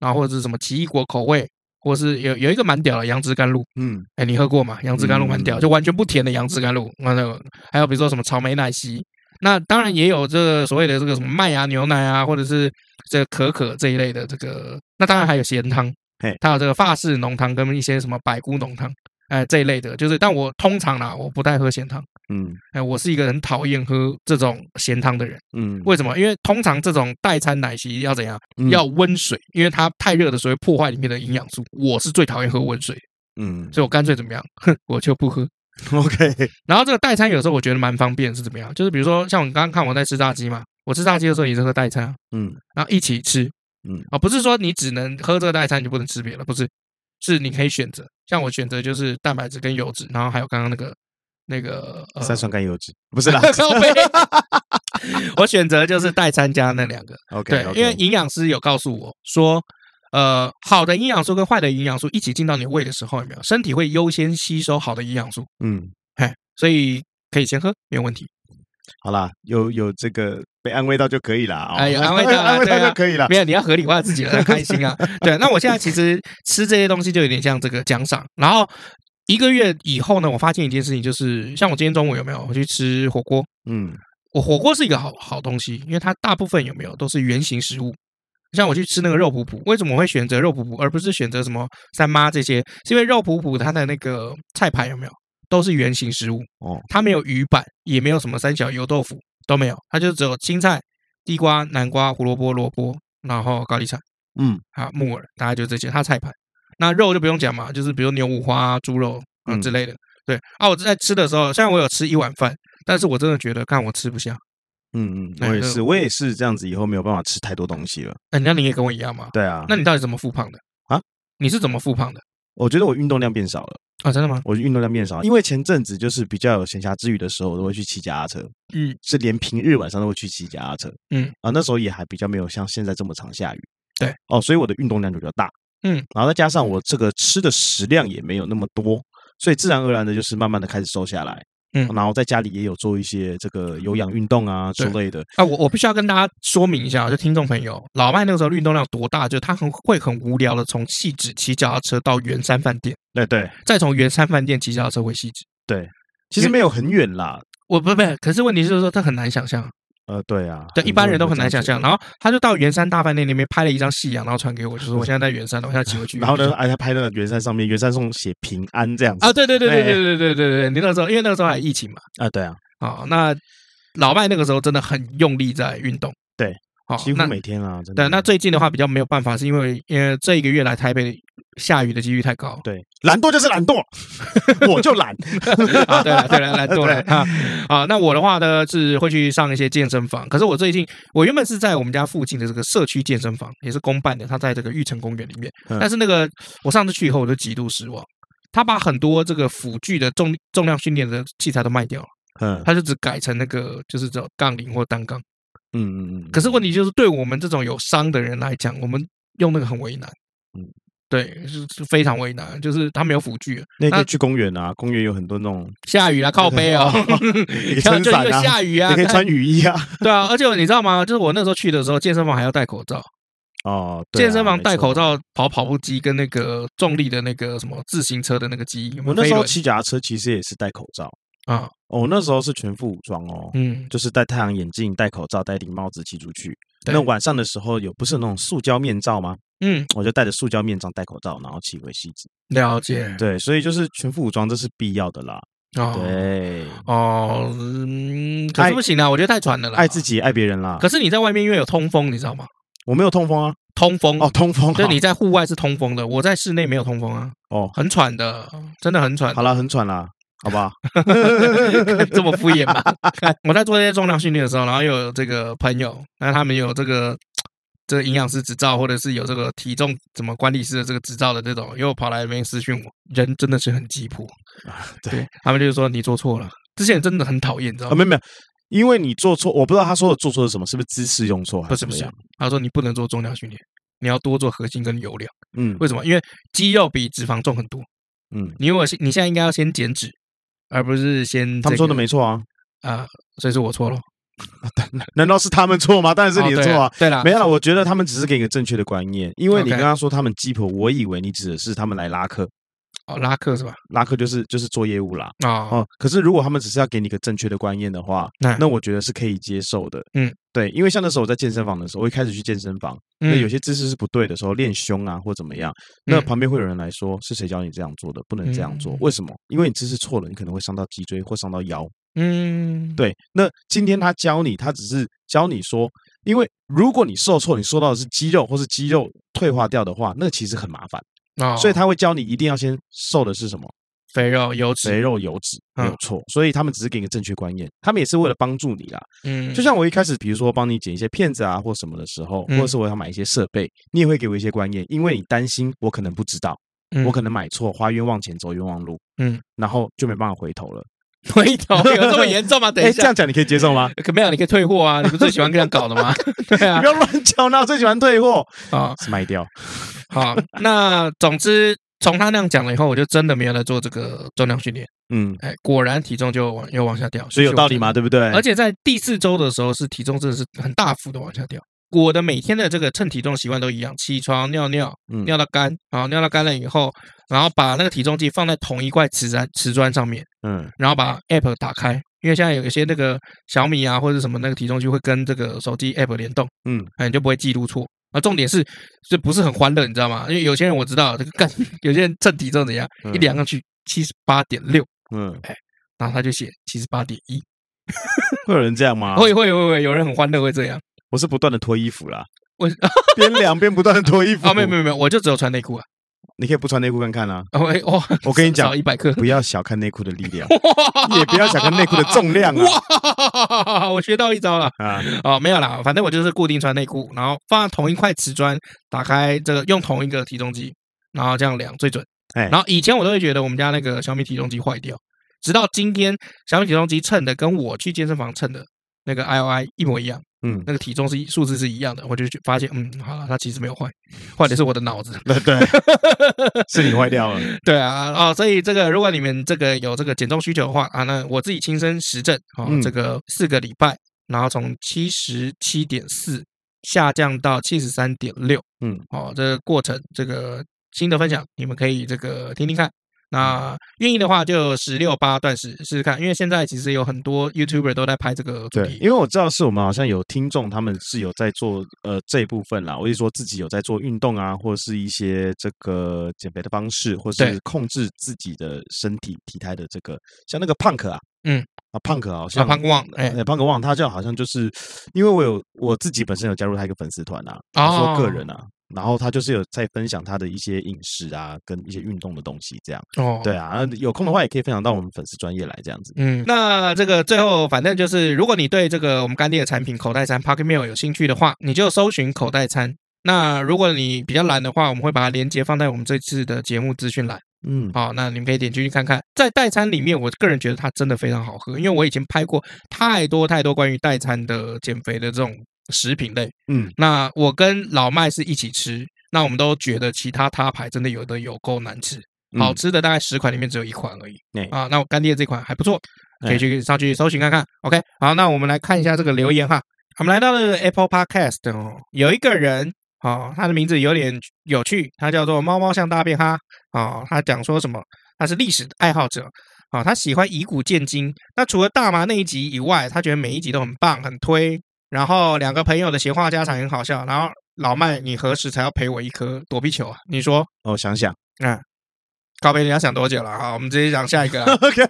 S1: 然后或者是什么奇异果口味，或是有有一个蛮屌的杨枝甘露，
S2: 嗯
S1: 哎，你喝过吗？杨枝甘露蛮屌，
S2: 嗯
S1: 就完全不甜的杨枝甘露。那个还有比如说什么草莓奶昔，那当然也有这个所谓的这个什么麦芽牛奶啊，或者是这个可可这一类的这个。那当然还有咸汤
S2: 嘿，
S1: 它有这个法式浓汤跟一些什么百菇浓汤，哎这一类的。就是，但我通常啦，我不太喝咸汤。
S2: 嗯
S1: 哎，我是一个很讨厌喝这种咸汤的人。
S2: 嗯，
S1: 为什么？因为通常这种代餐奶昔要怎样？
S2: 嗯
S1: 要温水，因为它太热的时候会破坏里面的营养素。我是最讨厌喝温水的，
S2: 嗯
S1: 所以我干脆怎么样？哼，我就不喝。
S2: OK
S1: 然后这个代餐有时候我觉得蛮方便，是怎么样？就是比如说像我刚刚看我在吃炸鸡嘛，我吃炸鸡的时候也是喝代餐啊，
S2: 嗯
S1: 然后一起吃，
S2: 嗯
S1: 啊，不是说你只能喝这个代餐你就不能吃别的，不是，是你可以选择。像我选择就是蛋白质跟油脂，然后还有刚刚那个那个呃
S2: 三酸甘油脂不 是啦
S1: 靠背，我选择就是代餐加那两个，对
S2: OK，
S1: 因为营养师有告诉我说。呃，好的营养素跟坏的营养素一起进到你胃的时候，有没有身体会优先吸收好的营养素？
S2: 嗯
S1: 哎，所以可以先喝，没有问题。
S2: 好啦，有有这个被安慰到就可以啦。哦
S1: 哎 有安慰到啦
S2: 安慰
S1: 对
S2: 到
S1: 啊
S2: 就可以啦。
S1: 没有，你要合理化自己了，才开心啊。对，那我现在其实吃这些东西就有点像这个奖赏。然后一个月以后呢，我发现一件事情，就是像我今天中午有没有我去吃火锅？
S2: 嗯
S1: 我火锅是一个好好东西，因为它大部分有没有都是原型食物。像我去吃那个肉脯脯，为什么我会选择肉脯脯，而不是选择什么三妈这些？是因为肉脯脯它的那个菜牌有没有都是原型食物
S2: 哦，
S1: 它没有鱼板，也没有什么三小油豆腐都没有，它就只有青菜、地瓜、南瓜、胡萝卜、萝卜，然后高丽菜
S2: 嗯
S1: 啊、木耳，大概就这些，它菜牌。那肉就不用讲嘛，就是比如牛五花、啊、猪肉啊
S2: 嗯
S1: 之类的。对啊，我在吃的时候，虽然我有吃一碗饭，但是我真的觉得，看我吃不下。
S2: 嗯嗯，
S1: 哎
S2: 我也
S1: 那
S2: 是，我也是这样子，以后没有办法吃太多东西了。
S1: 哎，那你也跟我一样吗？
S2: 对啊，
S1: 那你到底怎么复胖的
S2: 啊？
S1: 你是怎么复胖的？
S2: 我觉得我运动量变少了。
S1: 啊，真的吗？
S2: 我运动量变少，因为前阵子就是比较有闲暇之余的时候，我都会去骑脚踏车，
S1: 嗯，
S2: 是连平日晚上都会去骑脚踏车，
S1: 嗯，
S2: 啊，那时候也还比较没有像现在这么常下雨，
S1: 对，
S2: 哦，所以我的运动量就比较大，
S1: 嗯，
S2: 然后再加上我这个吃的食量也没有那么多，所以自然而然的就是慢慢的开始瘦下来，
S1: 嗯
S2: 然后在家里也有做一些这个有氧运动啊之
S1: 对
S2: 类的，
S1: 啊，我我必须要跟大家说明一下，就听众朋友，老麦那个时候运动量多大？就他很会很无聊的从细致骑脚踏车到圆山饭店，
S2: 对对
S1: 再从圆山饭店骑脚踏车回细致。
S2: 对，其实没有很远啦，
S1: 我不不，可是问题是说他很难想象，
S2: 呃，对啊，
S1: 对一般人都很
S2: 多
S1: 难
S2: 这
S1: 想象。
S2: 样子
S1: 然后他就到圆山大饭店那边拍了一张夕阳，然后传给我，就说我现在在圆山了，我现在骑回去。
S2: 然后呢，？哎，他拍到圆山上面，圆山上写平安这样子
S1: 啊，对对对对对对对对对，你那个时候因为那个时候还疫情嘛，
S2: 啊，对啊，
S1: 啊，那老麦那个时候真的很用力在运动，
S2: 对，
S1: 好，
S2: 几乎
S1: 那
S2: 每天啊，真的。
S1: 对，那最近的话比较没有办法，是因为因为这一个月来台北下雨的几率太高
S2: 对，懒惰就是懒 惰，我就懒。
S1: 啊，对了，对了，来多了啊啊！那我的话呢是会去上一些健身房，可是我最近我原本是在我们家附近的这个社区健身房，也是公办的，它在这个玉成公园里面。
S2: 嗯
S1: 但是那个我上次去以后，我就极度失望，他把很多这个辅具的重重量训练的器材都卖掉了，
S2: 嗯
S1: 他就只改成那个就是这种杠铃或单杠。
S2: 嗯嗯，
S1: 可是问题就是，对我们这种有伤的人来讲，我们用那个很为难。
S2: 嗯，
S1: 对，是是非常为难，就是他没有辅具，
S2: 那可
S1: 那
S2: 以去公园啊，公园有很多 那种，
S1: 下 雨啦，靠背哦，
S2: 你可以
S1: 然后
S2: 撑
S1: 就因
S2: 伞
S1: 为
S2: 啊，
S1: 下雨啊，
S2: 你可以
S1: 干
S2: 穿 雨衣啊。
S1: 对啊，而且你知道吗？就是我那时候去的时候，健身房还要戴口罩，
S2: 哦，对啊
S1: 健身房
S2: 没
S1: 戴
S2: 错
S1: 口罩跑跑步机跟那个重力的那个什么自行车的那个机，有没有
S2: 我那时候
S1: 飞轮
S2: 骑脚踏车其实也是戴口罩，
S1: 啊，
S2: 哦，我那时候是全副武装哦，
S1: 嗯，
S2: 就是戴太阳眼镜、戴口罩、戴顶帽子骑出去。
S1: 对
S2: 那晚上的时候有不是有那种塑胶面罩吗？
S1: 嗯，
S2: 我就戴着塑胶面罩、戴口罩，然后骑回西子。
S1: 了解，
S2: 对，所以就是全副武装，这是必要的啦。
S1: 嗯哦
S2: 对，
S1: 哦，嗯，可是
S2: 爱
S1: 不行啊，我觉得太喘了啦，
S2: 爱自。己爱别人啦
S1: 可。是你在外面因为有通风，你知道吗？
S2: 我没有痛风啊，
S1: 通风
S2: 哦，，通 风啊，
S1: 对，嗯你在户外是通风的，我在室内没有通风啊，
S2: 哦，
S1: 很喘的，真的很喘。
S2: 好啦，很喘啦，好吧，
S1: 这么敷衍 吗？我在做这些重量训练的时候，然后又有这个朋友，那他们有这个这个营养师执照，或者是有这个体重怎么管理师的这个执照的这种，又跑来那边私讯我，人真的是很急迫。
S2: 对
S1: 对他们就是说你做错了，这些人真的很讨厌，你知道
S2: 啊，
S1: 吗？
S2: 没有没有，因为你做错，我不知道他说的做错是什么，是不是姿势用错？
S1: 不是不是，他说你不能做重量训练，你要多做核心跟油量。
S2: 嗯
S1: 为什么？因为肌肉比脂肪重很多。
S2: 嗯，
S1: 你如果是你现在应该要先减脂，而不是先、
S2: 他们说的没错啊，
S1: 啊、所以是我错了，
S2: 难道是他们错吗？当然是你的错
S1: 哦
S2: 啊。
S1: 对啦，
S2: 没有啦，我觉得他们只是给你个正确的观念，因为你
S1: OK
S2: 刚刚说他们鸡婆，我以为你指的是他们来拉客，
S1: 哦拉客是吧？
S2: 拉客就是就是做业务啦。
S1: 啊、
S2: 哦，可是如果他们只是要给你一个正确的观念的话，
S1: 那
S2: 那我觉得是可以接受的。
S1: 嗯，
S2: 对，因为像那时候我在健身房的时候，我一开始去健身房，那有些姿势是不对的时候，练胸啊或怎么样，那
S1: 嗯
S2: 旁边会有人来说：“是谁教你这样做的？不能这样做，
S1: 嗯
S2: 为什么？因为你姿势错了，你可能会伤到脊椎或伤到腰。”
S1: 嗯，嗯，
S2: 对，那今天他教你，他只是教你说，因为如果你受挫，你受到的是肌肉或是肌肉退化掉的话，那其实很麻烦，
S1: 哦、
S2: 所以他会教你一定要先瘦的是什么
S1: 肥肉油
S2: 肥
S1: 脂，
S2: 肉油脂，没有
S1: 嗯
S2: 错。所以他们只是给你个正确观念，他们也是为了帮助你啦。
S1: 嗯，
S2: 就像我一开始，比如说帮你剪一些片子啊，或什么的时候，或
S1: 嗯
S2: 者是我要买一些设备，你也会给我一些观念，因为你担心我可能不知道，
S1: 嗯
S2: 我可能买错，花冤枉钱走冤枉路，
S1: 嗯，
S2: 然后就没办法回头了。
S1: 回 头有这么严重吗？等
S2: 哎，
S1: 一
S2: 这
S1: 下
S2: 样，讲你可以接 受吗？
S1: 可没有，你可以退货啊，你不是最喜欢这样搞的吗？ 对
S2: 你
S1: 啊
S2: 不，要乱讲啦，我最喜欢退货，
S1: 啊，
S2: 是卖掉。
S1: 好，那总之从他那样讲了以后，我就真的没有来做这个重量训练，
S2: 嗯，
S1: 哎，果然体重就往又往下掉，
S2: 所以有
S1: 就是我
S2: 道理嘛，
S1: 觉得？
S2: 对不对？
S1: 而且在第四周的时候，是体重真的是很大幅的往下掉。我的每天的这个称体重习惯都一样，起床尿尿，
S2: 嗯
S1: 尿到干，啊，尿到干了以后，然后把那个体重计放在同一块瓷砖瓷砖上面，
S2: 嗯
S1: 然后把 App 打开，因为现在有一些那个小米啊或者什么那个体重机会跟这个手机 App 联动，
S2: 嗯，
S1: 哎，你就不会记录错。啊，重点是这不是很欢乐，你知道吗？因为有些人我知道这个干， 有些人称体重怎样，
S2: 嗯
S1: 一量上去七十八点六，
S2: 嗯，
S1: 然后他就写七十八点一，
S2: 会有人这样吗？
S1: 会会会会有人很欢乐会这样。
S2: 我是不断的脱衣服啦，
S1: 我
S2: 边量边不断的脱 衣服。
S1: 啊，没有没有没有，我就只有穿内裤啊。
S2: 你可以不穿内裤 看看啊。
S1: 哦，哎哦，
S2: 我跟你讲
S1: 少一百 克，
S2: 不要小看内裤的力量，也不要小看内裤的重量啊。
S1: 哇， 我学到一招了。
S2: 啊，
S1: 哦，没有啦，反正我就是固定穿内裤，然后放在同一块瓷砖，打开这个用同一个体重机，然后这样量最准。
S2: 哎
S1: 然后以前我都会觉得我们家那个小米体重机坏掉，直到今天小米体重机称的跟我去健身房称的那个 I O I 一模一样，
S2: 嗯，
S1: 那个体重是一数字是一样的，我就去发现，嗯，好了，它其实没有坏，坏的是我的脑子。
S2: 对对， 是你坏掉了，
S1: 对啊，哦，所以这个如果你们这个有这个减重需求的话啊，那我自己亲身实证哦，
S2: 嗯
S1: 这个四个礼拜，然后从七十七点四下降到七十三点六，
S2: 嗯，
S1: 哦，这个过程这个新的分享，你们可以这个听听看。那
S2: 嗯
S1: 愿意的话，就十六八断食试试看，因为现在其实有很多 YouTuber 都在拍这个主
S2: 对，
S1: 题
S2: 因为我知道是我们好像有听众，他们是有在做呃这一部分啦，我是说自己有在做运动啊，或者是一些这个减肥的方式，或
S1: 对
S2: 是控制自己的身体体态的这个，像那个胖可啊，
S1: 嗯
S2: 啊胖可好像
S1: 胖哥旺哎
S2: 哎胖可旺，他就好像就是因为我有我自己本身有加入他一个粉丝团啊，
S1: 哦
S2: 他说个人啊。然后他就是有在分享他的一些饮食啊，跟一些运动的东西，这样
S1: 哦，
S2: 对啊。有空的话也可以分享到我们粉丝专业来这样子。
S1: 嗯，那这个最后反正就是，如果你对这个我们干爹的产品口袋餐 Pocket Meal 有兴趣的话，你就搜寻口袋餐。那如果你比较懒的话，我们会把它连接放在我们这次的节目资讯栏。
S2: 嗯，
S1: 好、那你们可以点进去看看。在代餐里面，我个人觉得它真的非常好喝，因为我以前拍过太多太多关于代餐的减肥的这种食品类。
S2: 嗯，
S1: 那我跟老麦是一起吃，那我们都觉得其他他牌真的有的有够难吃。好
S2: 嗯，
S1: 吃的大概十款里面只有一款而已
S2: 哎。
S1: 啊，那我干爹这款还不错，可以
S2: 哎
S1: 去上去搜寻看看。OK，好，那我们来看一下这个留言哈。我们来到了 Apple Podcast 哦，有一个人哦，他的名字有点有趣，他叫做猫猫像大便哈哦，他讲说什么？他是历史爱好者哦，他喜欢以古鉴今。那除了大麻那一集以外，他觉得每一集都很棒，很推。然后两个朋友的闲话家常也很好笑。然后老麦，你何时才要陪我一颗躲避球啊？你说
S2: 哦，想想。
S1: 告别你要想多久了啊？好我们直接讲下一个 啦。
S2: OK，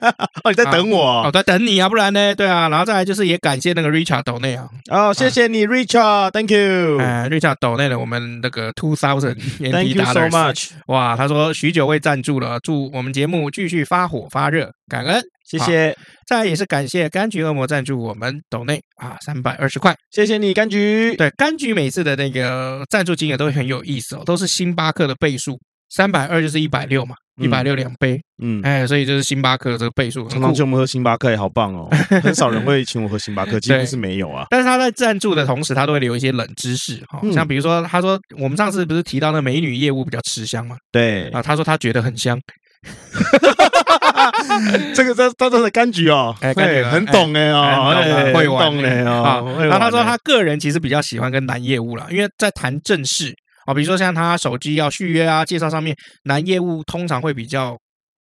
S2: 哦，你在等我
S1: 哦，
S2: 哦，
S1: 在等你啊，不然呢？对啊，然后再来就是也感谢那个 Richard 斗内啊，
S2: 哦谢谢你，Richard，Thank you，Thank
S1: 哎，Richard 斗内了我们那个 Two Thousand NT
S2: you so
S1: Dollars，
S2: much，
S1: 哇，他说许久未赞助了，祝我们节目继续发火发热，感恩。
S2: 谢谢，
S1: 再来也是感谢柑橘恶魔赞助我们斗内啊，三百二十块。
S2: 谢谢你，柑橘，
S1: 对，柑橘每次的那个赞助金额都很有意思哦，都是星巴克的倍数，三百二就是一百六嘛，一百六两杯，
S2: 嗯，
S1: 哎，所以就是星巴克这个倍数很
S2: 常常
S1: 酷。
S2: 请我们喝星巴克，好 棒哦，很少人会请我喝星巴克，几乎是没有啊，
S1: 但是他在赞助的同时，他都会留一些冷知识哈、
S2: 嗯
S1: 像比如说，他说我们上次不是提到那美女业务比较吃香嘛？
S2: 对，
S1: 啊，他说他觉得很香，
S2: 这个这这这是柑橘哦，
S1: 哎
S2: 哎，
S1: 柑橘
S2: 很懂哎哦，
S1: 哎很懂啊
S2: 哎
S1: 会玩
S2: 很懂哎
S1: 啊
S2: 哦，
S1: 然后他说
S2: 会玩
S1: 他个人其实比较喜欢跟男业务啦，因为在谈正事啊，比如说像他手机要续约啊，介绍上面男业务通常会比较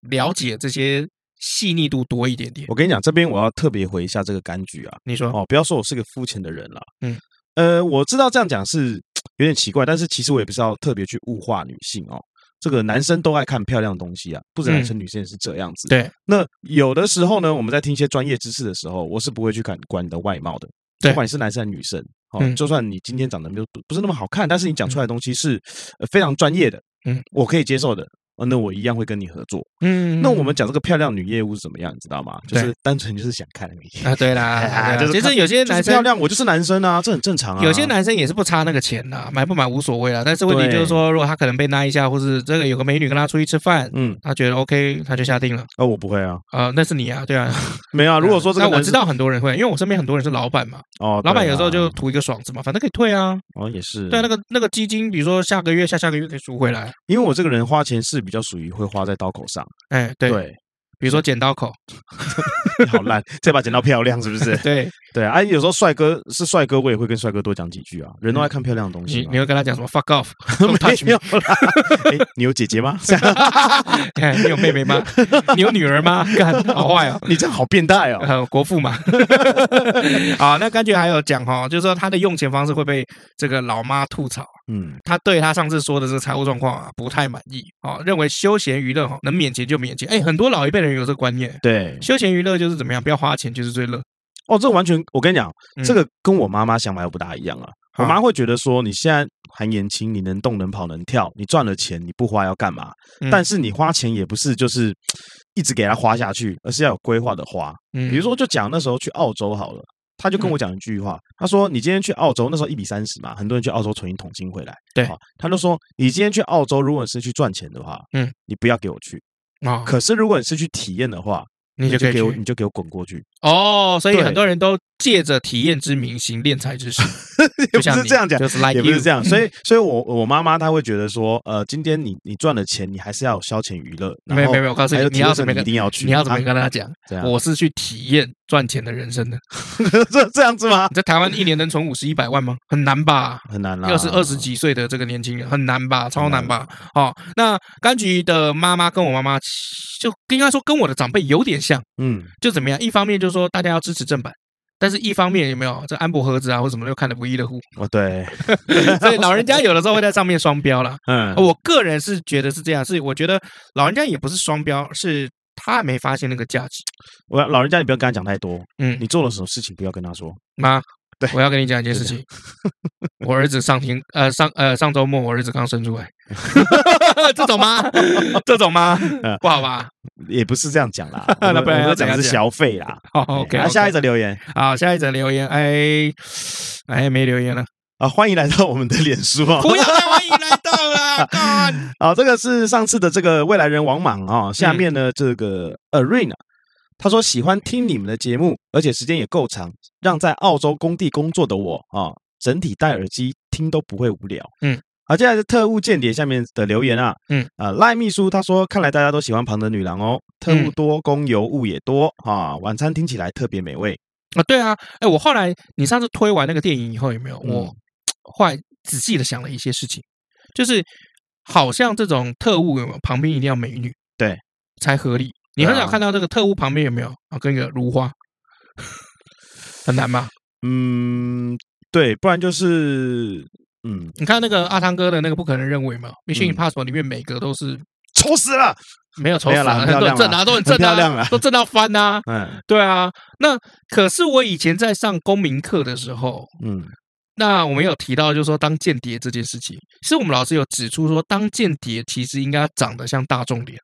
S1: 了解这些细腻度多一点点
S2: 我。跟你讲，这边我要特别回一下这个柑橘啊，
S1: 你说
S2: 哦，不要说我是个肤浅的人了。
S1: 嗯，
S2: 呃，我知道这样讲是有点奇怪，但是其实我也不是要特别去物化女性哦。这个男生都爱看漂亮的东西啊，不止男生，女生也是这样子。
S1: 嗯对，
S2: 那有的时候呢，我们在听一些专业知识的时候，我是不会去看管你的外貌的，
S1: 对
S2: 不管你是男生还是女生。哦
S1: 嗯，
S2: 就算你今天长得没有不是那么好看，但是你讲出来的东西是呃非常专业的，
S1: 嗯，
S2: 我可以接受的，呃那我一样会跟你合作。
S1: 嗯
S2: 那我们讲这个漂亮女业务是怎么样，你知道吗？就
S1: 对
S2: 是单纯就是想看而已。
S1: 啊，对 啦，对啦
S2: 哎就是
S1: 其实
S2: 看
S1: 有些
S2: 就是
S1: 男
S2: 漂
S1: 生。
S2: 亮，我就是男生啊，这很正常啊。
S1: 有些男生也是不差那个钱啦，买不买无所谓啦。但是问题就是说，如果他可能被拉一下，或是这个有个美女跟他出去吃饭，
S2: 嗯，
S1: 他觉得 OK，他就下定了。
S2: 呃，我不会啊，
S1: 啊，那是你啊，对啊。
S2: 没有啊。如果说这个
S1: 那我
S2: 男
S1: 知
S2: 生
S1: 道很多人会，因为我身边很多人是老板嘛，
S2: 哦，
S1: 老板
S2: 对啊
S1: 有时候就图一个爽字嘛，反正可以退啊。
S2: 哦也是
S1: 对啊，那个那个基金，比如说下个月、下下个月可以赎回来。
S2: 因为我这个人花钱是比较属于会花在刀口上，
S1: 哎，对，
S2: 对，
S1: 比如说剪刀口，？
S2: 好烂，这把剪刀漂亮是不是
S1: 对
S2: 对啊，有时候帅哥是帅哥，我也会跟帅哥多讲几句啊。人都爱看漂亮的东
S1: 你
S2: 西嘛，
S1: 嗯你会跟他讲什么 fuck off，don't touch
S2: 没
S1: me，
S2: 有啦。哎，你有姐姐吗？ 这样
S1: 哎你有妹妹吗？ 你有女儿吗？干好坏哦。
S2: 你这样好变 态哦。
S1: 呃，国父嘛，啊，那柑橘还有讲哦，就是说他的用钱方式会被这个老妈吐槽，
S2: 嗯，
S1: 他对他上次说的这个财务状况啊不太满意，哦，认为休闲娱乐哦能免钱就免钱，哎，很多老一辈人有这个观念，
S2: 对，
S1: 休闲娱乐就是怎么样，不要花钱就是最乐，
S2: 哦，这完全，我跟你讲
S1: 嗯，
S2: 这个跟我妈妈想法又不大一样啊。我
S1: 好
S2: 妈会觉得说，你现在还年轻，你能动能跑能跳，你赚了钱你不花要干嘛？
S1: 嗯
S2: 但是你花钱也不是就是一直给它花下去，而是要有规划的花。
S1: 嗯
S2: 比如说，就讲那时候去澳洲好了，他就跟我讲一句话，他说：“你今天去澳洲，那时候一比三十嘛，很多人去澳洲存一桶金回来。
S1: 对
S2: 好他就说：你今天去澳洲，如果是去赚钱的话，
S1: 嗯，
S2: 你不要给我去；
S1: 啊，
S2: 可是如果你是去体验的话，
S1: 你就可以
S2: 给我，
S1: 去
S2: 你就给我滚过去。
S1: 哦。所以
S2: 对
S1: 很多人都借着体验之名行练财之实，
S2: 也
S1: 就
S2: 不
S1: 像
S2: 是
S1: 你
S2: 这样讲，
S1: 就是 like
S2: 也不
S1: you
S2: 是这样。所以，所以我我妈妈她会觉得说，呃，今天你你赚了钱，你还是要有消遣娱乐。
S1: 没有没有没有我告诉你你要
S2: 什
S1: 怎么
S2: 么一
S1: 跟
S2: 定要去，
S1: 你要怎么
S2: 啊
S1: 跟他讲？
S2: 这样？
S1: 我是去体验赚钱的人生的。
S2: 这这样子吗
S1: 你？在台湾一年能存五十一百万吗？很难吧？
S2: 很难啦，
S1: 又是二十几岁的这个年轻人，很难吧？超难吧？哦，那柑橘的妈妈跟我妈妈就应该说跟我的长辈有点像，
S2: 嗯，
S1: 就怎么样？一方面就是说大家要支持正版，但是一方面有没有这安博盒子啊或什么的又看得不亦乐乎，
S2: 哦对，
S1: 所以老人家有的时候会在上面双标啦。
S2: 嗯，
S1: 我个人是觉得是这样，是我觉得老人家也不是双标，是他还没发现那个价值。
S2: 我老人家你不要跟他讲太多，
S1: 嗯
S2: 你，做了什么事情不要跟他说。
S1: 妈，
S2: 对
S1: 我要跟你讲一件事情，我儿子上庭，呃，上呃上周末我儿子刚生出来，这种吗？这种吗
S2: 嗯？
S1: 不好吧？，
S2: 也不是这样讲啦 我
S1: 那
S2: 们
S1: 不然
S2: 我们
S1: 要怎
S2: 讲
S1: 样
S2: 的是
S1: 讲
S2: 消费啦。
S1: 好，OK，哦
S2: 哎那下一
S1: 则，
S2: 则留言
S1: 好，下一则留言，哎，哎，没留言了，
S2: 啊，欢迎来到我们的脸书 啊。
S1: 不要再欢迎来到了，干
S2: 好，这个是上次的这个未来人王莽啊、下面呢这个 Arena，他说喜欢听你们的节目，而且时间也够长，让在澳洲工地工作的我啊、整体戴耳机听都不会无聊。
S1: 嗯。
S2: 好，接下来是特务间谍下面的留言啊，
S1: 嗯，
S2: 啊、赖秘书他说，看来大家都喜欢庞德女郎哦，特务
S1: 嗯
S2: 多，工油物也多啊，晚餐听起来特别美味。
S1: 啊，对啊，哎，我后来你上次推完那个电影以后，有没有？
S2: 嗯
S1: 我后来仔细的想了一些事情，就是好像这种特务有没有旁边一定要美女，
S2: 对，
S1: 才合理。你
S2: 对
S1: 很
S2: 啊
S1: 少看到这个特务旁边有没有啊，跟一个如花， 很难吧？
S2: 嗯，对，不然就是嗯，
S1: 你看那个阿汤哥的那个不可能认为嘛，《Mission
S2: 嗯
S1: Impossible》里面每个都是
S2: 丑死了，
S1: 没有仇
S2: 没
S1: 死
S2: 有啦
S1: 啊，很
S2: 很漂
S1: 多
S2: 亮
S1: 正
S2: 啦
S1: 啊，都很
S2: 很
S1: 正
S2: 漂亮
S1: 啊
S2: 啦，
S1: 都正到翻 啊，
S2: 嗯
S1: 对啊。那可是我以前在上公民课的时候，
S2: 嗯，
S1: 那我们有提到，就是说当间谍这件事情，其实我们老师有指出说，当间谍其实应该长得像大众脸，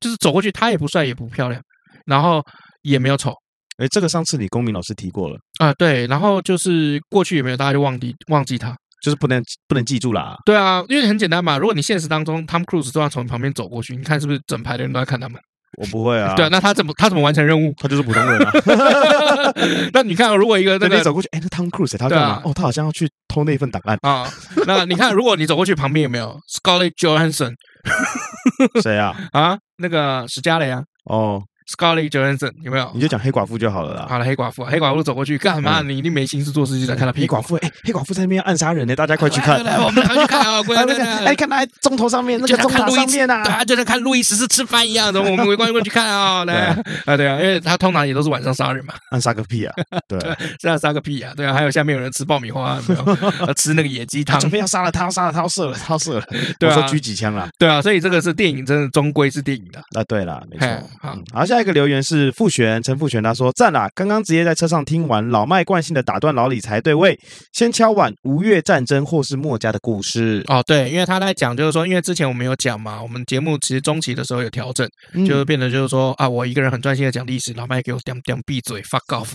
S1: 就是走过去他也不帅也不漂亮，然后也没有丑
S2: 哎，这个上次李公民老师提过了。
S1: 啊、对，然后就是过去也没有，大家就忘记忘记他。
S2: 就是不能不能记住啦。
S1: 对啊，因为很简单嘛，如果你现实当中 Tom Cruise 都要从你旁边走过去，你看是不是整排的人都在看他们？
S2: 我不会啊，？
S1: 对啊，那他怎么他怎么完成任务
S2: 他就是普通人啊。
S1: 那你看，如果一个那
S2: 那
S1: 个
S2: 你走过去，哎，那 Tom Cruise 他要
S1: 对啊。
S2: 干嘛？哦，他好像要去偷那份档案
S1: 啊、那你看，如果你走过去旁边有没有 Scarlett Johansson
S2: 谁啊？
S1: 啊，那个史嘉蕾啊？
S2: 哦，
S1: Scarlett Johansson 有没有
S2: 你？就讲黑寡妇就好了啦。
S1: 好了，黑寡妇啊，黑寡妇走过去干嘛？你一定没心思做事，就想看她
S2: 黑
S1: 屁股哎
S2: 寡。妇，哎，黑寡妇在那边暗杀人呢，大家快去看。
S1: 来，来来我们快去看啊！ 过来，
S2: 哎
S1: 过
S2: 那个
S1: 来，
S2: 哎，看他在钟头上面那
S1: 就
S2: 个
S1: 像
S2: 钟
S1: 看
S2: 塔
S1: 路易
S2: 上
S1: 斯，
S2: 面
S1: 对
S2: 啊。
S1: 啊，就像看路易十四吃饭一样，怎么我们围观过去看啊？来啊，对啊，因为他通常也都是晚上杀人嘛，
S2: 暗杀个屁啊！对，
S1: 这样杀个屁啊！对啊，还有下面有人吃爆米花，有没有呃吃那个野鸡汤
S2: 准，备要杀了他，要杀了他，要射了他，要射了。
S1: 对
S2: 我
S1: 啊
S2: 说狙几枪啦。
S1: 对啊，所以这个是电影，真的终归是电影的。
S2: 啊，对啦，没错
S1: 嘿。好
S2: 嗯好，下一个留言是傅璇，陈傅璇他说赞啦，刚刚直接在车上听完老麦惯性的打断老理财对位，先敲碗吴越战争或是墨家的故事，
S1: 哦，对，因为他在讲，就是说，因为之前我们有讲嘛，我们节目其实中期的时候有调整。
S2: 嗯
S1: 就变得就是说啊，我一个人很专心的讲历史，老麦给我点点闭嘴，fuck off。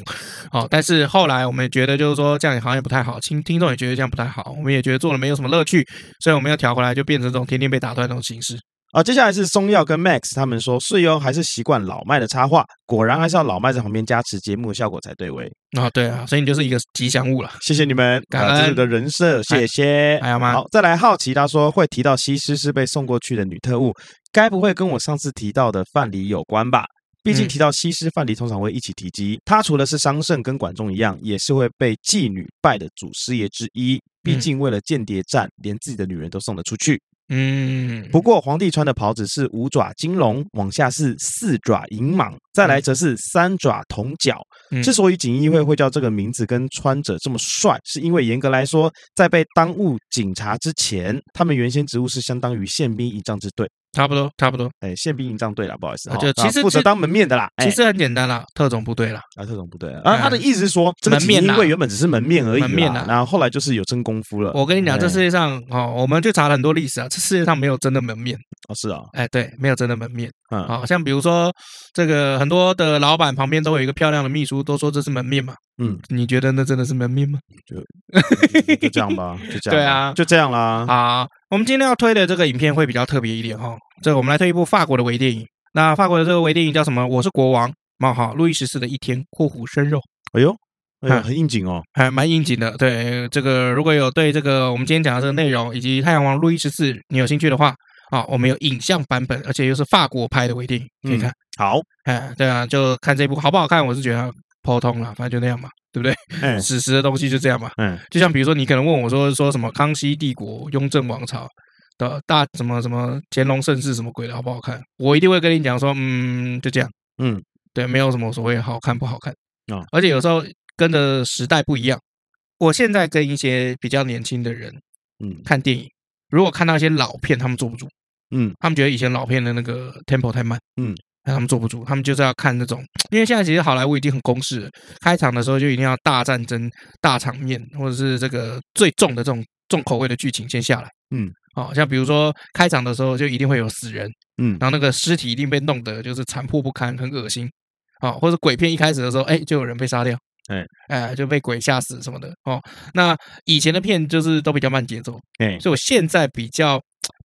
S1: 哦，但是后来我们也觉得就是说这样好像也不太好，听听众也觉得这样不太好，我们也觉得做了没有什么乐趣，所以我们要调回来，就变成这种天天被打断的这种形式。
S2: 啊，接下来是松耀跟 Max 他们说，睡哦还是习惯老麦的插画，果然还是要老麦在旁边加持节目的效果才对位。
S1: 啊、对啊，所以你就是一个吉祥物了。
S2: 谢谢你们，
S1: 感
S2: 啊这是
S1: 恩哎
S2: 我的人设，谢谢。
S1: 还有吗
S2: 好，再来好奇，他说会提到西施是被送过去的女特务，该不会跟我上次提到的范蠡有关吧？毕竟
S1: 嗯
S2: 提到西施、范蠡，通常会一起提及。她除了是商圣跟管仲一样，也是会被妓女拜的祖师爷之一。毕
S1: 嗯
S2: 竟为了间谍战，连自己的女人都送了出去。
S1: 嗯，
S2: 不过皇帝穿的袍子是五爪金龙，往下是四爪银蟒，再来则是三爪铜角。
S1: 嗯
S2: 之所以锦衣卫会叫这个名字跟穿着这么帅，是因为严格来说，在被当务警察之前，他们原先职务是相当于宪兵仪仗支队。
S1: 差不多，差不多。
S2: 哎，宪兵营仗队啦，不好意思，
S1: 啊
S2: 哈
S1: 就其实
S2: 啊负责
S1: 其
S2: 当门面的啦。哎
S1: 其实很简单啦，特种部队啦，
S2: 啊，特种部队啊，啊他的意思是说，这个
S1: 门面
S2: 锦衣
S1: 啦
S2: 卫原本只是门面而已啦，
S1: 门面啦
S2: 然后后来就是有真功夫了。
S1: 我跟你讲，这
S2: 哎
S1: 世界上哦，我们去查了很多历史啊，这世界上没有真的门面。
S2: 哦，是啊，
S1: 哎，对，没有真的门面。
S2: 嗯
S1: 啊好、像比如说这个很多的老板旁边都有一个漂亮的秘书，都说这是门面嘛。
S2: 嗯，
S1: 你觉得那真的是门面吗？
S2: 就就这样吧，就 这样吧，
S1: 对啊
S2: 就这样啦。
S1: 好，我们今天要推的这个影片会比较特别一点哈、哦。这个我们来推一部法国的微电影。那法国的这个微电影叫什么？我是国王。冒号，路易十四的一天（括弧生肉
S2: 哎呦，哎呦，
S1: 嗯
S2: 很应景哦。）
S1: 还蛮应景的。对，这个如果有对这个我们今天讲的这个内容以及太阳王路易十四你有兴趣的话，啊、我们有影像版本，而且又是法国拍的微电影，可以看。
S2: 好，
S1: 哎，对啊，就看这部好不好看，我是觉得普通了，反正就那样嘛，对不对？
S2: 哎
S1: 史实的东西就这样嘛。
S2: 哎，
S1: 就像比如说，你可能问我说说什么康熙帝国、雍正王朝的大什么什么乾隆盛世什么鬼的好不好看，我一定会跟你讲说，嗯，就这样，
S2: 嗯，
S1: 对，没有什么所谓好看不好看
S2: 哦
S1: 而且有时候跟着时代不一样，我现在跟一些比较年轻的人
S2: 嗯
S1: 看电影，如果看到一些老片，他们坐不住。
S2: 嗯，
S1: 他们觉得以前老片的那个 tempo 太慢，
S2: 嗯，
S1: 那他们坐不住，他们就是要看那种，因为现在其实好莱坞已经很公式了，开场的时候就一定要大战争、大场面，或者是这个最重的这种重口味的剧情先下来，
S2: 嗯，
S1: 哦，像比如说开场的时候就一定会有死人，
S2: 嗯
S1: 然后那个尸体一定被弄得就是残破不堪，很恶心。哦，或者鬼片一开始的时候，哎，就有人被杀掉，
S2: 哎
S1: 哎，就被鬼吓死什么的哦。那以前的片就是都比较慢节奏，
S2: 哎，
S1: 所以我现在比较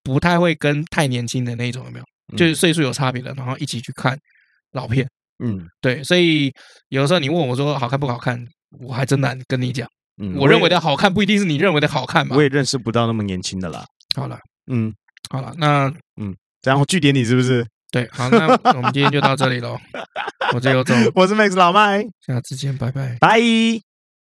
S1: 不太会跟太年轻的那一种有没有，就是岁数有差别的，然后一起去看老片。
S2: 嗯
S1: 对，所以有时候你问我说好看不好看，我还真难跟你讲。
S2: 嗯，
S1: 我认为
S2: 的
S1: 的好看不一定是你认为的好看嘛
S2: 我。也认识不到那么年轻的啦。
S1: 好了，
S2: 嗯，
S1: 好了，那
S2: 然后据点你是不是？
S1: 对，好，那我们今天就到这里喽。我是尤总，
S2: 我是 Max 老麦，
S1: 下次见，拜拜。
S2: 拜。